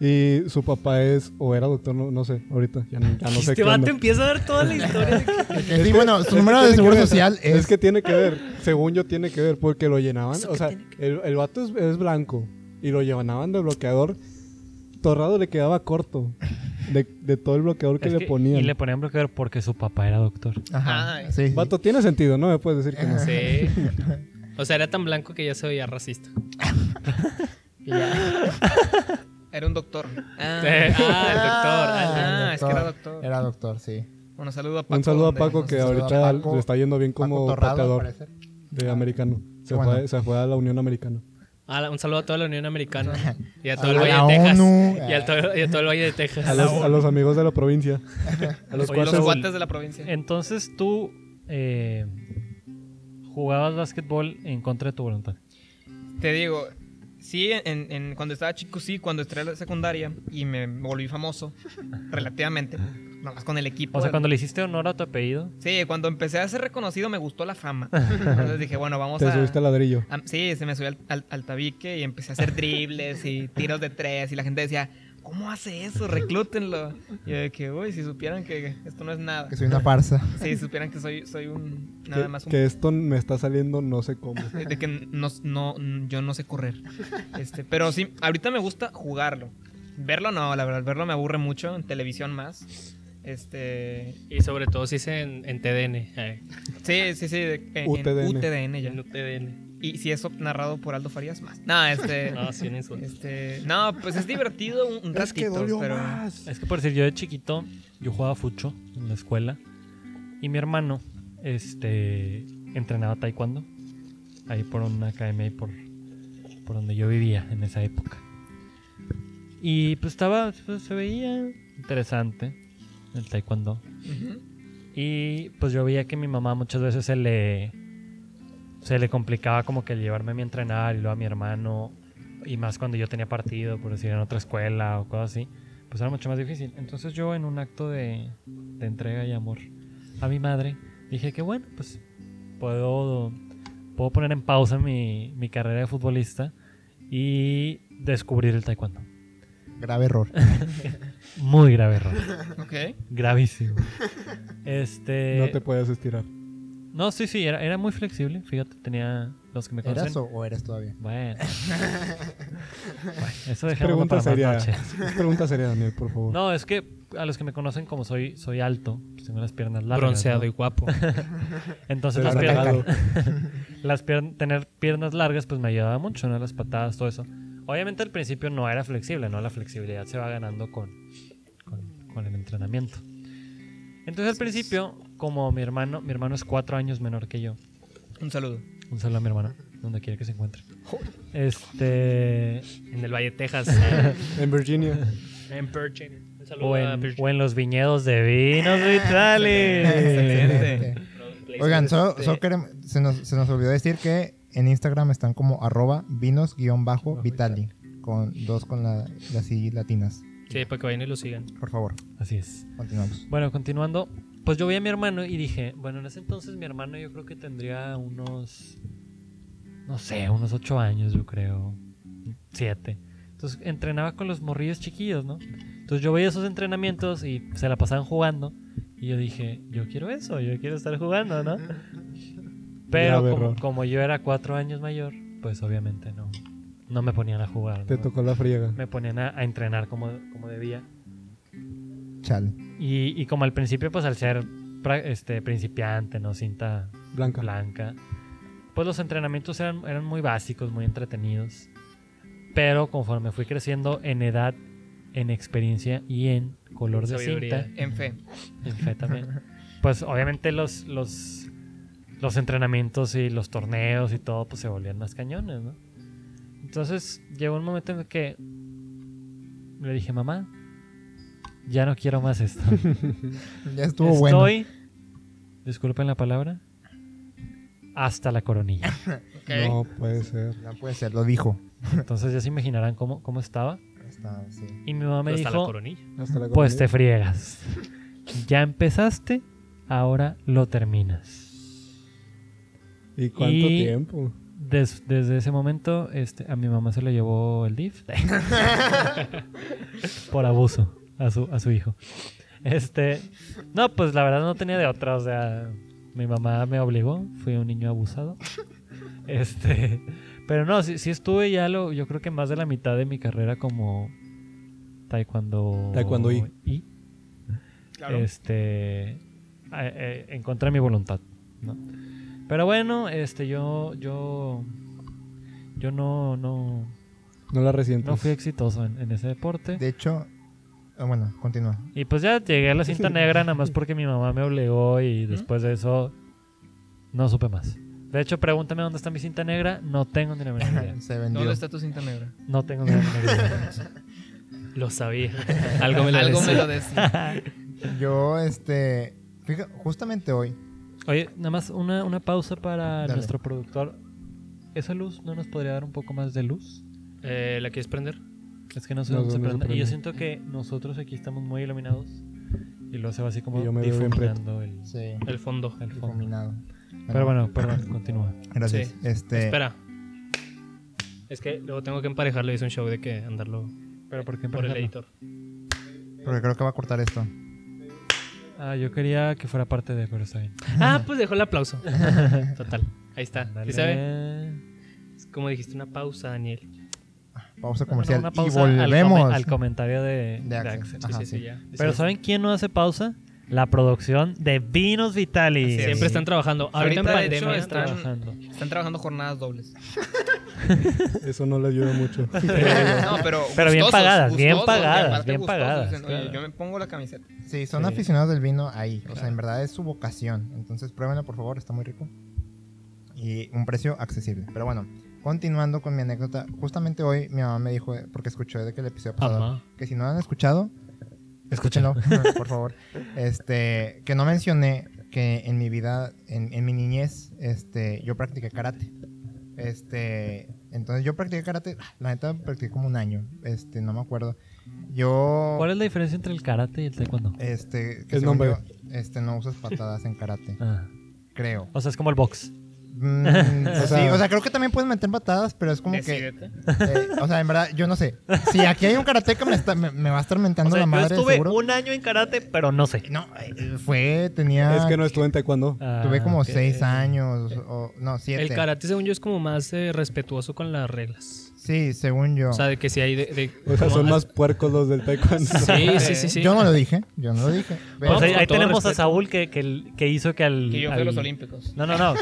A: Y su papá es, o era doctor, no, no sé, ahorita, ya, no- ya no sé
D: Este
A: qué
D: vato
A: onda.
D: empieza a dar toda la historia. de que-
B: Eh, Sí, bueno, su
A: Es que
B: número de
A: tiene que
B: seguro
A: ver,
B: social es...
A: que tiene que ver, según yo tiene que ver, porque lo llenaban, o sea, el, el vato es, es blanco y lo llenaban de bloqueador, Torrado le quedaba corto de, de todo el bloqueador que
C: Es
A: le
C: que-
A: ponían.
C: Y le ponían bloqueador porque su papá era doctor.
B: Ajá,
E: Ay.
B: sí, sí.
A: Vato, tiene sentido, ¿no? Me puedes decir que no.
D: Sí. O sea, era tan blanco que ya se veía racista.
E: Era un doctor. Ah,
D: Eh,
E: Ah,
D: Ah,
E: es que era doctor.
B: Era doctor, sí.
E: Bueno, saludo a Paco.
A: Un saludo a
E: donde
A: Paco
E: nos-
A: que
B: saludo a
A: ahorita
B: Paco.
A: le está yendo bien
B: Paco
A: como
B: Torrado, al
A: pateador
B: parecer.
A: de americano. Se,
B: bueno.
A: fue, se fue a la Unión Americana.
D: el doctor. Ah, un saludo a toda la Unión Americana. Y a
B: A
D: todo el
B: la
D: Valle de Texas.
B: ONU.
D: Y a todo, y a todo el Valle de Texas.
A: A los, a los amigos de la provincia. A los
C: Oye,
E: Los
A: cuates.
C: Saúl.
E: guantes de la provincia.
C: Entonces tú eh, jugabas básquetbol en contra de tu voluntad.
E: Te digo, sí, en, en- cuando estaba chico, sí, cuando entré a la secundaria y me volví famoso, relativamente, nomás con el equipo.
C: O sea, cuando le hiciste honor a tu apellido,
E: Sí, cuando empecé a ser reconocido me gustó la fama. Entonces dije, bueno, vamos
A: Te
E: a...
A: subiste al ladrillo.
E: a- Ah, Sí, se me subió al, al- al tabique y empecé a hacer dribles y tiros de tres y la gente decía, ¿cómo hace eso? Reclútenlo. Y yo de que, uy, si supieran que esto no es nada.
B: Que soy una farsa.
E: Si supieran que soy, soy un... Nada
A: Que,
E: más un...
A: que esto me está saliendo no sé cómo.
E: De que no, no, yo no sé correr. Este, pero sí, ahorita me gusta jugarlo. Verlo no, la verdad, verlo me aburre mucho, en televisión más. Este,
D: Y sobre todo si es en, en TDN. eh,
E: sí, sí, sí, de- en- en
A: UTDN.
E: UTDN ya.
D: en UTDN.
E: Y si es narrado por Aldo Farías, más. No, este.
D: No, Ah, sí, un insulto.
E: este, no, pues es divertido un, un
A: Es que
E: ratito,
A: dolió
E: pero.
A: más.
C: Es que por decir, yo de chiquito, yo jugaba fucho en la escuela y mi hermano este, entrenaba taekwondo ahí por una academia y por, por donde yo vivía en esa época. Y pues estaba, pues, se veía interesante el taekwondo.
E: Ujú.
C: Y pues yo veía que mi mamá muchas veces se le se le complicaba como que el llevarme a mi entrenar y luego a mi hermano y más cuando yo tenía partido, por decir, en otra escuela o cosas así, pues era mucho más difícil. Entonces yo en un acto de, de entrega y amor a mi madre dije que bueno, pues puedo, puedo poner en pausa mi, mi carrera de futbolista y descubrir el taekwondo.
B: Grave error.
C: Muy grave error,
E: Ok.
C: gravísimo. Este,
A: No te puedes estirar.
C: No, sí, sí, era, era muy flexible. Fíjate, tenía los que me conocen.
B: ¿Eras o, o eres todavía?
C: Bueno. Bueno, eso dejémoslo
A: Pregunta
C: para más
A: seria.
C: noche.
A: Pregunta seria, Daniel, por favor.
C: No, es que a los que me conocen, como soy, soy alto, pues tengo las piernas largas.
D: Bronceado
C: ¿no?
D: y guapo.
C: Entonces
A: Pero
C: las
A: no
C: piernas,
A: calado.
C: las pier- tener piernas largas pues me ayudaba mucho, ¿no? Las patadas, todo eso. Obviamente al principio no era flexible, ¿no? La flexibilidad se va ganando con, con, con el entrenamiento. Entonces al principio, como mi hermano, mi hermano es cuatro años menor que yo,
E: Un saludo.
C: Un saludo a mi hermana, donde quiera que se encuentre. Este.
D: En el Valle de Texas.
A: En Virginia.
D: en Perchin. Un saludo
C: O
D: a
C: en,
D: Perchin.
C: o en los viñedos de vinos vitales.
E: Excelente.
B: Este, Oigan, solo,
E: este-
B: solo queremos- se, nos, se nos olvidó decir que en Instagram están como arroba vinos-vitali. Con dos con la- las I latinas.
D: Sí, para que vayan y lo sigan.
B: Por favor,
C: Así es.
B: continuamos.
C: Bueno, continuando. Pues yo vi a mi hermano y dije, bueno, en ese entonces mi hermano yo creo que tendría unos. No sé, unos ocho años, yo creo. Siete. Entonces entrenaba con los morrillos chiquillos, ¿no? Entonces yo veía esos entrenamientos y se la pasaban jugando. Y yo dije, yo quiero eso, yo quiero estar jugando, ¿no? Pero
A: Grave
C: como,
A: error.
C: como yo era cuatro años mayor, pues obviamente no. No me ponían a jugar.
A: Te
C: ¿no?
A: tocó la friega.
C: Me ponían a, a entrenar como, como debía.
B: Chale.
C: Y, y como al principio, pues al ser pra- este, principiante, ¿no? Cinta
A: Blanca.
C: blanca, pues los entrenamientos eran, eran muy básicos, muy entretenidos. Pero conforme fui creciendo en edad, en experiencia y en color de
D: Sabiduría.
C: cinta,
E: En fe.
C: en fe también, pues obviamente los, los, los entrenamientos y los torneos y todo, pues se volvían más cañones, ¿no? Entonces llegó un momento en el que le dije, mamá, ya no quiero más esto.
B: Ya estuvo bueno.
C: Estoy, disculpen la palabra, hasta la coronilla.
E: Ok.
A: No puede ser.
B: No puede ser, lo dijo.
C: Entonces ya se imaginarán cómo, cómo estaba.
B: Está, sí.
C: Y mi mamá me
D: Hasta la
C: dijo,
D: coronilla.
A: Hasta la
C: pues te
A: comida.
C: friegas. Ya empezaste, ahora lo terminas.
A: ¿Y cuánto
C: y-
A: tiempo?
C: Des- desde ese momento este, a mi mamá se le llevó el DIF por abuso a su, a su hijo. Este, no, pues la verdad no tenía de otra, o sea, mi mamá me obligó, fui un niño abusado. Este, pero no, sí, sí estuve ya lo, yo creo que más de la mitad de mi carrera como taekwondo.
A: Taekwondo y.
C: y
E: Claro.
C: este eh, eh, en contra de mi voluntad ¿no? pero bueno este yo yo yo no no
A: No la resientes.
C: no fui exitoso en, en ese deporte
B: De hecho, ah, bueno, continúa.
C: y pues ya llegué a la cinta negra nada más porque mi mamá me obligó y después de eso no supe más de hecho pregúntame dónde está mi cinta negra no tengo ni la menor idea
B: Se vendió.
E: ¿Dónde está tu cinta negra?
C: no tengo ni la menor idea
D: Lo sabía. Algo me lo
E: Algo me
D: decía.
E: lo decía.
B: Yo, este, fija- justamente hoy,
C: oye nada más una, una pausa para
B: Dale.
C: nuestro productor esa luz no nos podría dar un poco más de luz
D: Eh, ¿La quieres prender?
C: Es que no sé
A: No,
C: dónde se
A: dónde se
C: prende. Y
A: prende.
C: yo siento que nosotros aquí estamos muy iluminados. Y luego se va así como
A: Y yo me veo bien
C: difuminando el,
B: sí,
D: El fondo.
C: el fondo.
B: difuminado.
C: Pero bueno, perdón, continúa.
B: gracias.
D: sí.
B: Este,
D: Espera. Es que luego tengo que emparejarlo y es un show de que andarlo
C: Pero ¿por qué
D: por el
C: emparejarlo?
D: editor.
B: porque creo que va a cortar esto.
C: Ah, yo quería que fuera parte de, pero está bien.
D: Ah, pues dejó el aplauso. Total. Ahí está.
C: Ándale.
D: ¿Sí sabe? Es como dijiste, una pausa, Daniel.
B: pausa comercial
C: Bueno, una
B: y
C: pausa al come-
B: volvemos.
C: Al, comentario de,
B: De
C: de
B: Axel.
C: Axel.
B: Ajá,
D: sí, sí,
B: sí.
D: ya.
C: Pero
D: Sí.
C: ¿saben quién no hace pausa? La producción de Vinos Vitali.
B: Así es.
D: Siempre están trabajando. Ahorita,
E: Ahorita,
D: en
E: de
D: pandemia
E: hecho,
D: están
E: están,
C: trabajando.
E: están trabajando jornadas dobles.
A: Eso no le ayuda mucho.
E: no, pero,
C: Pero bien
E: gustosos,
C: pagadas, bien
E: gustosos,
C: pagadas,
E: aparte
C: bien
E: gustosos,
C: pagadas,
E: dicen, "Oye,
C: claro.
E: Yo me pongo la camiseta.
B: Sí, son
C: Sí.
B: aficionados del vino ahí. O sea, en verdad es su vocación. Entonces pruébenlo, por favor, está muy rico. Y un precio accesible. Pero bueno, continuando con mi anécdota. Justamente hoy mi mamá me dijo, eh, porque escuchó de que el episodio pasado,
D: Amá.
B: que si no lo han escuchado, escúchenlo, por favor. Este, que no mencioné que en mi vida, en, en mi niñez, este, yo practiqué karate. Este, entonces yo practiqué karate, ah, la neta practiqué como un año. Este, no me acuerdo. Yo...
C: ¿Cuál es la diferencia entre el karate y el taekwondo?
B: Este, que
A: El
B: según
A: nombre.
B: yo, este, no usas patadas en karate,
C: Ah,
B: creo.
C: O sea, es como el box.
B: Mm,
A: O
B: sí,
A: sea-
B: o sea, creo que también puedes meter patadas, pero es como que.
E: Decídete.
B: eh, o sea, en verdad, yo no sé. Si aquí hay un karateca, me, está- me, me va a estar mentando la madre, seguro.
C: un año en karate, pero no sé.
B: No, eh, fue, tenía.
A: es que no estuve en taekwondo.
C: Ah.
B: Ah. Tuve como
C: ok.
B: seis años, o, no, siete.
D: Ah, El karate, según yo, es como más eh, respetuoso con las reglas.
B: Sí, según yo.
D: O sea, de que si hay de. de-
A: O sea,
D: como-
A: son más puercos los del taekwondo.
D: Sí, sí, sí. sí.
B: Yo no lo dije, yo no lo dije.
C: Pues ahí,
D: Con
C: ahí
D: todo
C: tenemos a
D: respeto.
C: Saúl que, que, el- que hizo que al.
E: Que yo fui a los
C: al-
E: Olímpicos.
C: No, no, no.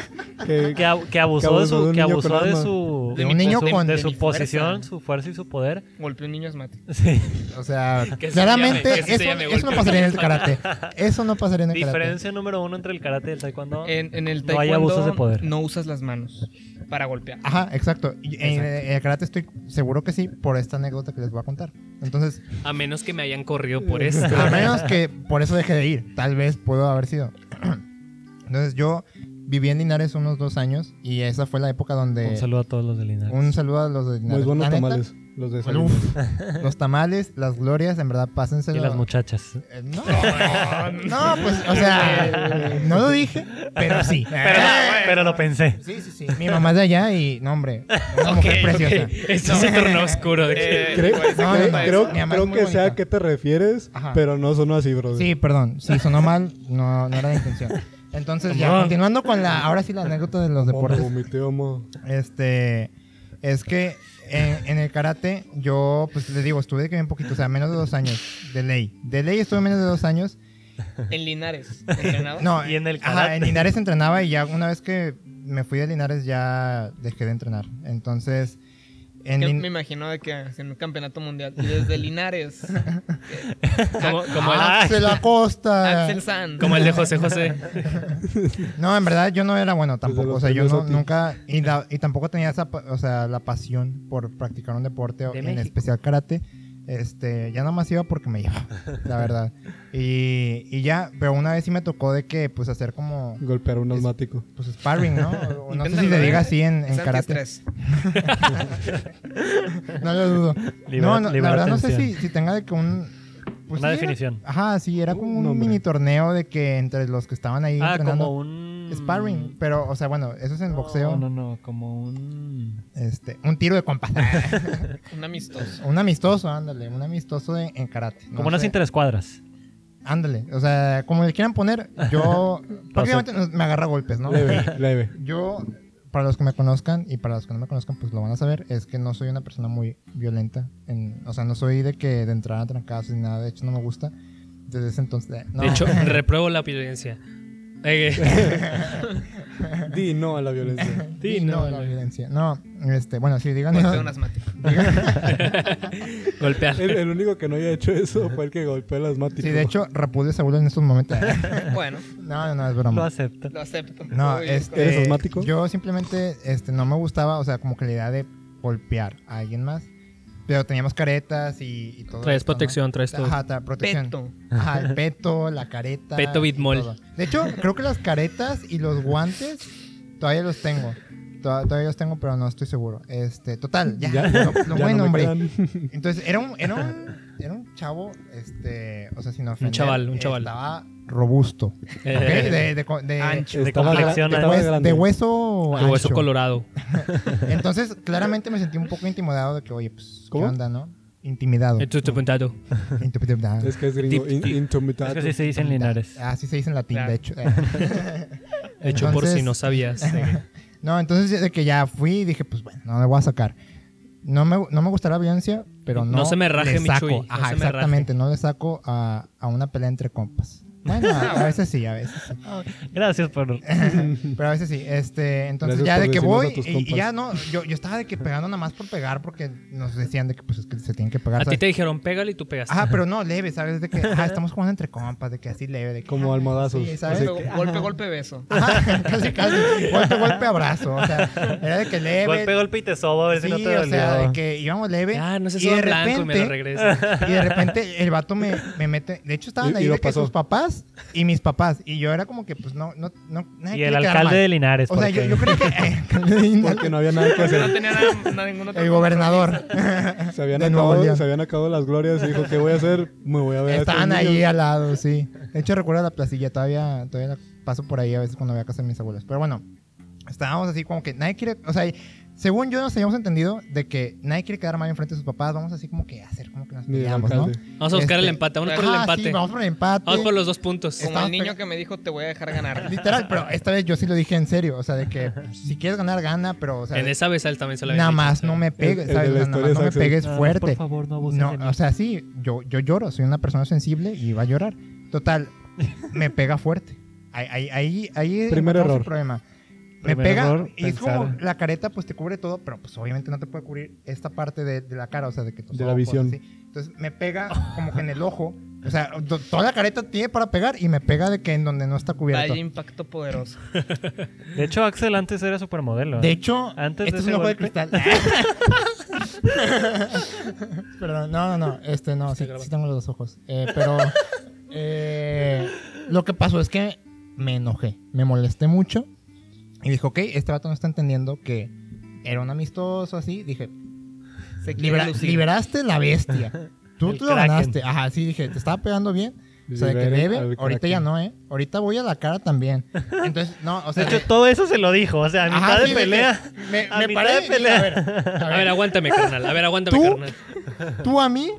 A: Que-
C: que, ab- que abusó
A: Que abusó
C: de
A: de
C: su.
A: un
C: Que
A: niño
C: abusó
A: con
C: de
A: arma.
C: su.
B: De un niño
C: su-
B: con-
C: de
B: de
C: su
E: mi
C: posición, su fuerza y su poder.
E: Golpeé un niño asmático.
C: Sí.
B: O sea,
D: Que se
B: claramente
D: llame- que se
B: eso,
D: llame
B: eso no
D: golpe.
B: pasaría en el karate. Eso no pasaría en el karate.
C: Diferencia número uno entre el karate y el taekwondo.
E: En, en el
C: No hay
E: taekwondo
C: abusos de poder.
E: no usas las manos para golpear.
B: Ajá, exacto. Y En, en el karate estoy seguro que sí por esta anécdota que les voy a contar. Entonces,
D: A menos que me hayan corrido por esto.
B: a menos que por eso deje de ir, tal vez pudo haber sido. Entonces, yo viví en Linares unos dos años y esa fue la época donde...
C: Un saludo a todos los de Linares.
B: un saludo a los de Linares.
A: Muy buenos
B: La neta,
A: tamales. Los de Salinas.
B: uf, los tamales, las glorias, en verdad,
C: Y
B: pásenselo.
C: las muchachas.
B: Eh, No, no, pues, o sea, no lo dije, pero sí. Eh,
C: Pero, pero lo pensé.
B: Sí, sí, sí. Mi mamá es de allá y, no, hombre, una mujer preciosa.
D: Esto se tornó oscuro. De que...
E: Eh,
A: Creo,
E: pues,
B: No,
A: creo-
B: no, no,
A: creo-
B: mi mamá
A: creo
B: es muy
A: que sea
B: bonita.
A: a qué te refieres,
B: Ajá.
A: pero no sonó así, brother.
B: Sí, perdón. Si sonó mal, no, no era la intención. Entonces, ya
D: Mamá.
B: continuando con la. Ahora sí, la anécdota de los
A: Homo,
B: deportes.
A: vomité, homo.
B: Este. Es que en, en el karate, yo, pues les digo, estuve que bien poquito, o sea, menos de dos años. De ley. De ley estuve menos de dos años.
E: en Linares. ¿entrenabas?
B: No,
C: Y en el
B: ajá,
C: karate.
B: en Linares entrenaba y ya una vez que me fui de Linares ya dejé de entrenar. Entonces. En
E: Yo
B: Lin-
E: me imagino de que en un campeonato mundial. Y desde Linares.
D: como, como el,
B: Ah, Axel Acosta.
E: Axel San.
D: como el de José José.
B: No, en verdad yo no era bueno tampoco.
A: los
B: O sea, yo no,
A: primeros a ti.
B: nunca. Y, la- y tampoco tenía esa, pa- o sea, la pasión por practicar un deporte,
C: De
B: en
C: México.
B: especial karate. Este, ya nomás iba porque me llevaba, la verdad. Y, y ya, pero una vez sí me tocó de que, pues, hacer como.
A: Golpear un asmático.
B: Pues sparring, ¿no? O no sé si
E: Inténtalo,
B: se
E: ¿eh?
B: diga así en, en
E: Es
B: karate.
E: antiestrés.
B: No lo dudo.
C: Libera-
B: no, no, la
C: libera
B: verdad no sé si,
C: tensión.
B: si tenga de que un. pues sí,
C: Una
B: era-
C: definición.
B: ajá, sí, era como
A: Un
B: un
A: nombre.
B: mini torneo de que entre los que estaban ahí
C: Ah,
B: entrenando.
C: como un.
B: Sparring, pero, o sea, bueno, eso es en boxeo.
C: No, no, no, como un.
B: Este, un tiro de compas.
E: Un amistoso.
B: un amistoso, ándale, un amistoso de- en karate.
C: Como
B: No
C: unas
B: sé.
C: interescuadras.
B: Ándale, o sea, como le quieran poner, yo prácticamente no- me agarra golpes, ¿no?
A: Leve, leve.
B: Yo, para los que me conozcan y para los que no me conozcan, pues lo van a saber, es que no soy una persona muy violenta. en- o sea, no soy de que de entrar a trancadas ni nada, de hecho no me gusta. Desde ese entonces... eh, no.
D: De hecho, repruebo la violencia. Eh,
A: Di no a la violencia.
B: Y
D: sí,
B: no,
D: no,
B: la
D: no.
B: violencia. No, este, bueno, sí, digan...
E: Golpeo un asmático.
D: golpear.
A: El, el único que no haya hecho eso fue el que golpeó el asmático.
B: Sí, de hecho, repudio a Saúl en estos momentos. ¿eh?
E: Bueno,
B: No, no, no, es
C: Lo
B: broma.
C: acepto.
E: lo acepto.
B: No,
E: Uy,
B: este,
A: ¿Eres asmático?
B: Yo simplemente este, no me gustaba, o sea, como que la idea de golpear a alguien más. Pero teníamos caretas y, y todo.
D: Traes
B: esto, ¿no?
D: protección, traes todo.
B: Ajá, tra- protección.
E: Peto.
B: Ajá, el peto, la careta.
D: Peto
B: y
D: Bitmol.
B: todo. De hecho, creo que las caretas y los guantes todavía los tengo. Toda- Todavía los tengo, pero no estoy seguro. Este, total, ya,
A: Ya,
B: lo,
A: ya
B: lo buen
A: no me
B: hombre.
A: quedan.
B: Entonces, era un, era un, era un chavo, este, o sea, sin ofender.
D: chaval, un chaval.
B: Estaba robusto. ¿ok?
D: Eh,
B: De, de, co- de-
E: Ancho.
C: De
A: Estaba-
C: complexión
B: de,
A: estaba
B: hues-
A: grande.
B: de hueso
D: de hueso
B: ancho.
D: colorado.
B: Entonces, claramente me sentí un poco intimidado de que, oye, pues,
A: ¿Cómo?
B: ¿qué onda, no? Intimidado.
D: Esto está apuntado.
B: Intimidado.
A: Es que es gringo.
D: Tip,
A: in-
D: tip.
A: intimidado.
C: Es que sí se dicen Linares.
B: Así se dice en latín,
E: Claro.
B: de hecho.
D: Hecho por
B: Entonces- este,
D: si no sabías.
B: No, entonces de que ya fui y dije, pues bueno, no me voy a sacar. no me, no me gusta la violencia, pero no.
D: No se me raje,
B: le
D: mi
B: saco.
D: Chuy, no
B: Ajá,
D: se me
B: exactamente. No le saco a, a una pelea entre compas. Bueno, a, a veces sí, a veces sí.
C: Gracias por.
B: Pero a veces sí. Este, entonces
A: Gracias
B: ya
A: por decirnos
B: de que voy
A: a tus
B: y- y,
A: compas.
B: ya no, yo, yo estaba de que pegando nada más por pegar porque nos decían de que pues es que se tienen que pegar.
D: A ti
B: ¿sabes?
D: te dijeron, pégale y tú pegaste.
B: Ajá, pero no, leve, ¿sabes? De que ah, estamos jugando entre compas, de que así leve. De que,
A: Como
B: ah,
A: almohadazos.
B: sí, ¿sabes?
A: Así
E: Golpe, golpe, golpe, beso.
B: Ah, Ajá, casi, casi. Golpe, golpe, abrazo. O sea, era de que leve.
C: Golpe, golpe y te sobo a ver si no
B: sí,
C: te
B: o sea, de
C: dolió.
B: que íbamos leve.
D: Ah, no sé
B: y
D: si
B: de
D: es blanco y me lo
B: repente-
D: regresas.
B: Y de repente el vato me, me mete. De hecho, estaban
A: Y-
B: ahí
A: y lo
B: de que
A: pasó.
B: sus papás y mis papás. Y yo era como que, pues no, no, no. nadie
C: Y
B: quiere
C: el
B: quedar
C: alcalde
B: mal.
C: de Linares.
B: O sea, yo,
C: porque-
B: yo creo que. eh,
A: es, Porque no había nada que
E: Porque Pues, no
A: hacer.
E: tenía nada, nada- ningún otro
B: el gobernador.
A: Se habían,
B: de Nuevo
A: acabado,
B: León.
A: se habían acabado las glorias y dijo, ¿qué voy a hacer? Me voy a ver. a estos
B: Estaban ahí
A: niños".
B: al lado, sí. De hecho, recuerdo la placilla, todavía, todavía la paso por ahí a veces cuando voy a casa de mis abuelas. Pero bueno, estábamos así como que nadie quiere, o sea, y según yo nos habíamos entendido de que nadie quiere quedar mal enfrente de sus papás, vamos así como que a hacer como que nos
A: Ni el
B: peleamos, ¿no?
A: alcalde.
D: Vamos a buscar el
B: Este,
D: empate, vamos por el
B: Ajá,
D: empate.
B: sí,
D: vamos,
B: vamos por el empate. Este,
D: por los dos puntos.
E: Como
B: Estamos
E: el niño
B: pe-
E: que me dijo, te voy a dejar ganar.
B: Literal, pero esta vez yo sí lo dije en serio, o sea, de que si quieres ganar, gana, pero, o sea,
D: en esa vez a él también se lo había
B: nada
D: dicho,
B: más
D: sí.
B: no me
A: El- el
B: pegues,
A: de
B: ¿sabes? O
A: la
B: sea, nada
A: historia
B: más no
A: es
B: me
A: Axel.
B: pegues
C: Ah,
B: fuerte.
C: Por favor, no abuses
B: No,
C: de mí.
B: o sea, sí, yo, yo lloro, soy una persona sensible y va a llorar. Total, me pega fuerte. Ahí, ahí, ahí, ahí
A: Primer
B: encontramos el
A: error.
B: problema. Me
C: Primer
B: pega
C: error,
B: y es como
C: pensar.
B: la careta pues te cubre todo, pero pues obviamente no te puede cubrir esta parte de, de la cara, o sea, de que tus
A: De la
B: ojos,
A: visión.
B: así. Entonces me pega como que en el ojo, o sea, to- toda la careta tiene para pegar y me pega de que en donde no está cubierto.
E: Vaya impacto poderoso.
C: De hecho, Axel antes era supermodelo. ¿eh?
B: De hecho,
C: Ah. Antes
B: este
C: de
B: es
C: ese
B: un ojo de
C: golpe.
B: cristal. Perdón, no, no, no. Este no, sí, sí tengo los dos ojos. Eh, pero eh, lo que pasó es que me enojé, me molesté mucho. Y dije, ok, este vato no está entendiendo que era un amistoso así. Dije,
E: Se quiere
B: "Libera-
E: lucir.
B: liberaste la bestia. Tú
C: El
B: te lo
C: Kraken.
B: ganaste. Ajá, sí, dije, te estaba pegando bien. O sea, de que
A: Liberen al
B: debe, ahorita ya
A: Kraken.
B: no, ¿eh? Ahorita voy a la cara también. Entonces, no, o
C: De
B: sea...
C: hecho,
B: de-
C: todo eso se lo dijo. O sea, a
B: Ajá,
C: mitad
B: Ah, sí,
C: de
B: que
C: pelea.
B: Me,
C: A
B: me
C: mitad
B: paré
C: de
B: y dije,
C: pelea.
B: A ver, a
D: A ver,
B: ver,
D: aguántame, carnal. A ver, aguántame,
B: ¿Tú?
D: carnal.
B: tú a mí.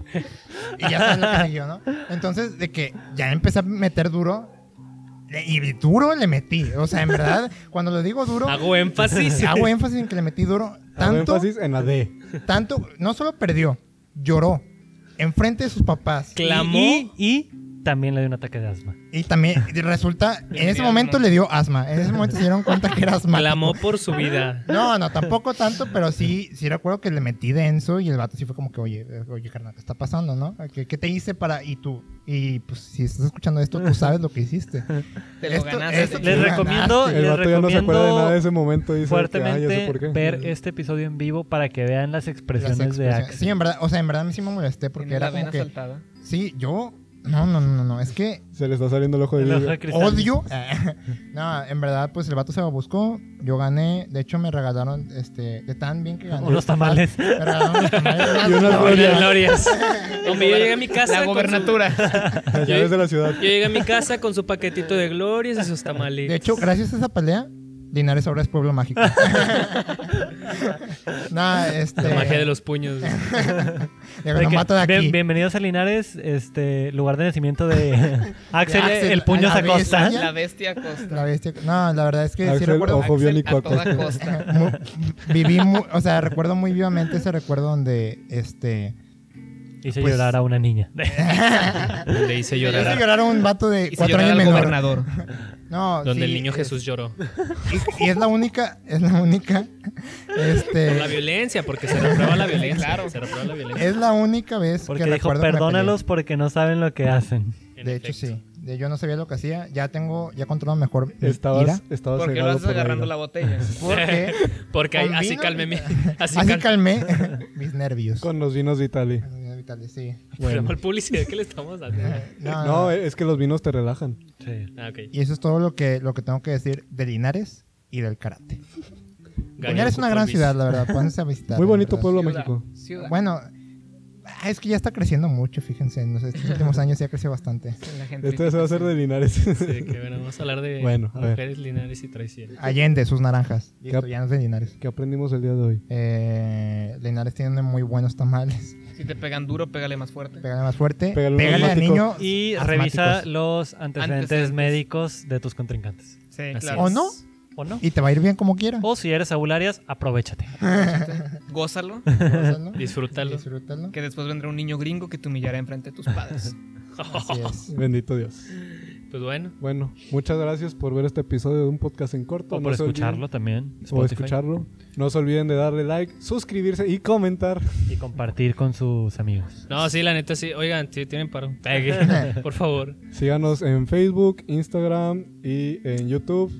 B: Y ya sabes lo que siguió, ¿no? Entonces, de que ya empecé a meter duro. le- Y duro le metí. O sea, en verdad, cuando lo digo duro, hago,
D: Hago énfasis.
B: énfasis en que le metí duro.
A: Hago
B: Tanto,
A: énfasis en la D.
B: tanto, no solo perdió, lloró. Enfrente de sus papás.
D: Clamó.
C: Y, y también le dio un ataque de asma.
B: Y también y resulta, en ese
E: dio
B: momento
E: asma.
B: le dio asma. En ese momento se dieron cuenta que era asma.
D: Clamó por su vida.
B: No, no, tampoco tanto, pero sí, sí recuerdo que le metí denso y el vato sí fue como que, oye, eh, oye, carnal, ¿qué está pasando, no? ¿Qué, qué te hice para...? Y tú, y pues si estás escuchando esto, tú sabes lo que hiciste.
E: Te lo
B: Esto-
E: ganaste.
B: esto-
E: te
C: Les
B: Ganaste.
C: recomiendo,
A: El
C: les
A: vato ya no se acuerda de nada de
C: recomiendo
A: ese momento. Dice que, "Ay, ya sé
C: fuertemente
A: por qué".
C: ver este episodio en vivo para que vean las expresiones,
B: Las
C: de
B: expresiones.
C: Axel.
B: Sí, en verdad, o sea, en verdad me sí me molesté
E: Tiene
B: porque
E: la
B: era
E: vena
B: como que...
E: saltada.
B: Sí, yo... No, no, no, no, no, es que
A: Se le está saliendo el ojo de
C: El ojo
A: vidrio.
C: de cristal.
B: odio... no, en verdad, pues el vato se lo buscó, yo gané, de hecho me regalaron, este, de tan bien que gané.
C: Unos tamales.
B: Me regalaron unos tamales.
A: Y unas glorias.
D: Gloria, glorias. Hombre, yo llegué a mi casa.
E: La
D: con su-
E: gobernatura.
A: Las llaves de la ciudad.
D: Yo llegué a mi casa con su paquetito de glorias y sus tamales.
B: De hecho, gracias a esa pelea, Linares ahora es pueblo mágico. Nada, este.
D: la magia de los puños.
B: de
C: De
B: lo
C: que-
B: mato de aquí.
C: bien- bienvenidos a Linares, este lugar de nacimiento de Axel,
B: Axel,
C: el puño
B: a la
C: Acosta.
B: bestia.
E: La bestia costa.
B: La bestia- No, la verdad es que sí
A: Axel,
B: recuerdo.
A: ojo.
E: Axel
A: biónico
E: a toda
A: acosta.
E: costa.
B: Mu- viví, mu- o sea, recuerdo muy vivamente ese recuerdo donde este.
C: Hice
B: Pues-
C: llorar a una niña.
D: Donde hice llorar.
B: hice
D: a-
B: llorar a un vato de
E: Y se
B: cuatro
E: lloraba
B: años
E: al
B: menor.
E: gobernador.
B: No,
D: Donde el
B: sí,
D: niño
B: es-
D: Jesús lloró.
B: Y, y es la única, es la única.
D: Por la
B: Este.
D: violencia, porque se reprueba la violencia.
E: Claro.
D: Se reprueba la violencia.
B: Es la única vez
C: Porque
B: que
C: dijo,
B: recuerdo. que me peleé.
C: perdónalos porque no saben lo que hacen.
D: En
B: Eh, De hecho,
D: efecto.
B: sí. De- yo no sabía lo que hacía. Ya tengo, ya controlo mejor mi ira.
A: Estabas, estabas
E: Porque lo
A: cegado
E: haces
A: por la
E: agarrando la
A: ira.
E: botella.
B: Porque
D: Porque ahí- así
B: Combino-
D: calmé mi. Así,
B: así,
D: calmé.
B: calmé mis nervios.
A: Con los vinos de Italia.
B: Mis nervios vitales, sí.
A: Bueno.
D: Pero, publicidad que le estamos dando.
B: No,
A: No, eh. es que los vinos te relajan.
C: Sí.
D: Ah, ok.
B: Y eso es todo lo que, lo que tengo que decir de Linares y del karate. Linares es una gran ciudad, la verdad. Pónganse a visitar.
A: Muy
B: la
A: bonito
B: verdad.
A: pueblo México.
E: Ciudad.
B: Bueno, ah, es que ya está creciendo mucho, fíjense. En los estos últimos años ya creció bastante.
E: La gente
A: Este se va a hacer de Linares.
D: Sí, que bueno, vamos a hablar de
A: Bueno, a ver.
D: mujeres, linares y traición.
B: Allende, sus naranjas.
A: ¿Qué-
B: Listo, ya no es de Linares.
A: ¿Qué aprendimos el día de hoy?
B: Eh, Linares tiene muy buenos tamales.
E: Si te pegan duro, pégale más fuerte.
B: Pégale más fuerte.
A: Pégale un
B: Pégale al
A: asmático.
B: niño.
C: Y
B: asmáticos.
C: revisa los antecedentes,
E: Antecedentes.
C: médicos de tus contrincantes.
E: Sí,
D: Así
E: claro.
B: ¿O no?
C: ¿O no? Oh.
B: Y te va a ir bien como quiera.
C: O si eres Saúl Arias, aprovechate.
E: gózalo,
B: Gózalo,
D: Disfrútalo.
B: Disfrútalo.
E: que después vendrá un niño gringo que te humillará enfrente de tus padres.
B: Así es.
A: Bendito Dios.
D: Pues bueno,
A: Bueno, muchas gracias por ver este episodio de un podcast en corto.
C: O
A: No
C: por
A: se olviden-
C: escucharlo también.
A: o
C: Spotify.
A: escucharlo. No se olviden de darle like, suscribirse y comentar.
C: Y compartir con sus amigos.
D: no, sí, la neta sí. Oigan, sí, tienen paro. Por favor.
A: Síganos en Facebook, Instagram y en YouTube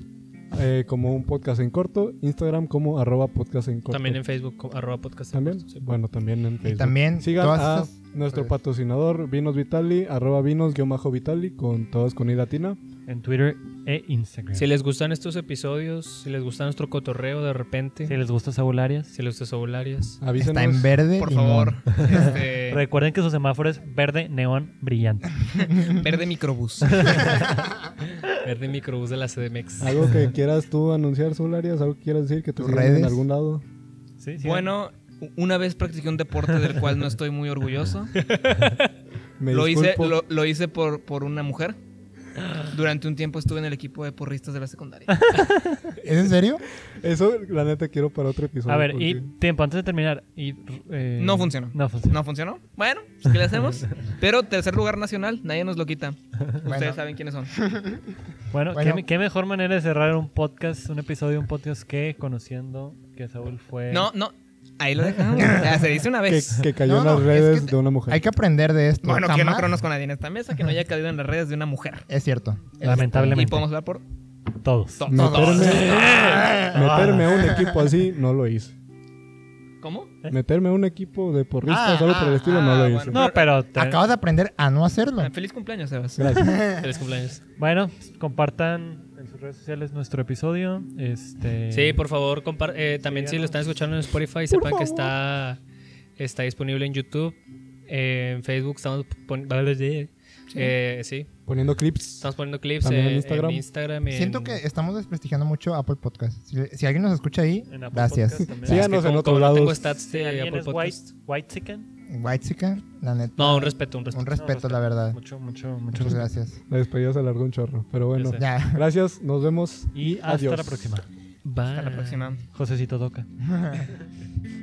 A: eh, como un podcast en corto. Instagram como arroba podcast en corto.
D: También en Facebook, co- arroba podcast.
A: ¿También?
D: Sí.
A: Bueno, también en Facebook.
B: también
A: Sigan
B: todas
A: a
B: esas-
A: nuestro
B: pues-
A: patrocinador Vinos Vitali, arroba vinos guión bajo Vitali, con todas con I latina.
C: En Twitter e Instagram.
D: Si
C: Si,
D: les gustan estos episodios, si les gusta nuestro cotorreo de repente,
C: les gusta Saúl Arias.
D: si les gusta Sobolarias,
A: Avísenos.
B: Está en verde.
E: Por
B: limón.
E: favor, este,
C: Recuerden que su semáforo es verde, neón, brillante.
E: verde microbús.
D: verde microbús de la CDMX.
A: Algo que quieras tú anunciar, Solarias, algo que quieras decir que te
B: ¿Tus
A: sigan en
B: redes?
A: algún lado.
C: Sí, sí.
E: Bueno, u- una vez practiqué un deporte del cual no estoy muy orgulloso.
A: Me
E: Lo hice,
A: disculpo.
E: lo, lo hice por, por una mujer. Durante un tiempo estuve en el equipo de porristas de la secundaria.
B: ¿Es en serio?
A: Eso, la neta, quiero para otro episodio.
C: A ver, y
A: porque-
C: tiempo, antes de terminar. Y, eh,
E: No funcionó.
C: No funcionó.
E: No funcionó. Bueno, pues, ¿qué le hacemos? Pero tercer lugar nacional, nadie nos lo quita. Ustedes
B: Bueno.
E: saben quiénes son.
C: Bueno,
B: Bueno.
C: ¿qué, qué mejor manera de cerrar un podcast, un episodio de un podcast que conociendo que Saúl fue.
E: No, no. Ahí lo dejamos. Ya, se dice una
A: que,
E: vez.
A: que cayó
B: pues, No,
A: en las
B: no, es
A: redes
B: que te-
A: de una mujer.
B: Hay que aprender de esto.
E: Bueno, que yo no
B: Jamás-
E: conozco a nadie en esta mesa que no haya caído en las redes de una mujer.
B: Es cierto.
E: Y
C: Lamentablemente.
E: podemos hablar por
C: Todos.
E: to- todos.
A: Meterme, meterme a un equipo así no lo hice.
E: ¿Cómo?
D: ¿Eh?
A: Meterme a un equipo de porristas
B: Ah,
A: solo por el
E: ah,
A: estilo no
E: ah,
A: lo hice.
E: bueno.
C: No, pero. te-
B: Acabas de aprender a no hacerlo.
E: Ah, Feliz cumpleaños, Sebas.
A: Gracias.
D: Feliz cumpleaños.
C: Bueno, compartan en sus redes sociales nuestro episodio. Este,
D: Sí, por favor, compar- eh, también si lo están escuchando en Spotify, sepan que está, está disponible en YouTube, eh, en Facebook, estamos, pon- eh, sí,
A: Poniendo clips.
D: estamos poniendo clips
A: También
D: eh,
A: en
D: en Instagram.
A: Instagram.
D: en-
B: Siento que estamos desprestigiando mucho Apple Podcast. Si, si alguien nos escucha ahí,
C: en Apple
B: gracias.
C: Podcast también.
D: Es que
A: Síganos en
D: como-
A: otros
D: como No
A: lados.
D: tengo este stats
C: Si
D: de
C: alguien
D: Apple
C: es white,
D: Podcast.
C: white chicken,
B: White Chicken, la neta.
D: No, un respeto,
C: Pues
D: un respeto.
B: un respeto, la verdad.
C: mucho, mucho, mucho.
B: Muchas gracias.
A: La despedida se alargó un chorro. Pero bueno.
D: sé.
B: Ya.
A: Gracias, nos vemos.
C: Y hasta
A: Adiós.
C: la próxima.
D: Bye.
E: Hasta la próxima.
C: Josecito Toca.
A: pues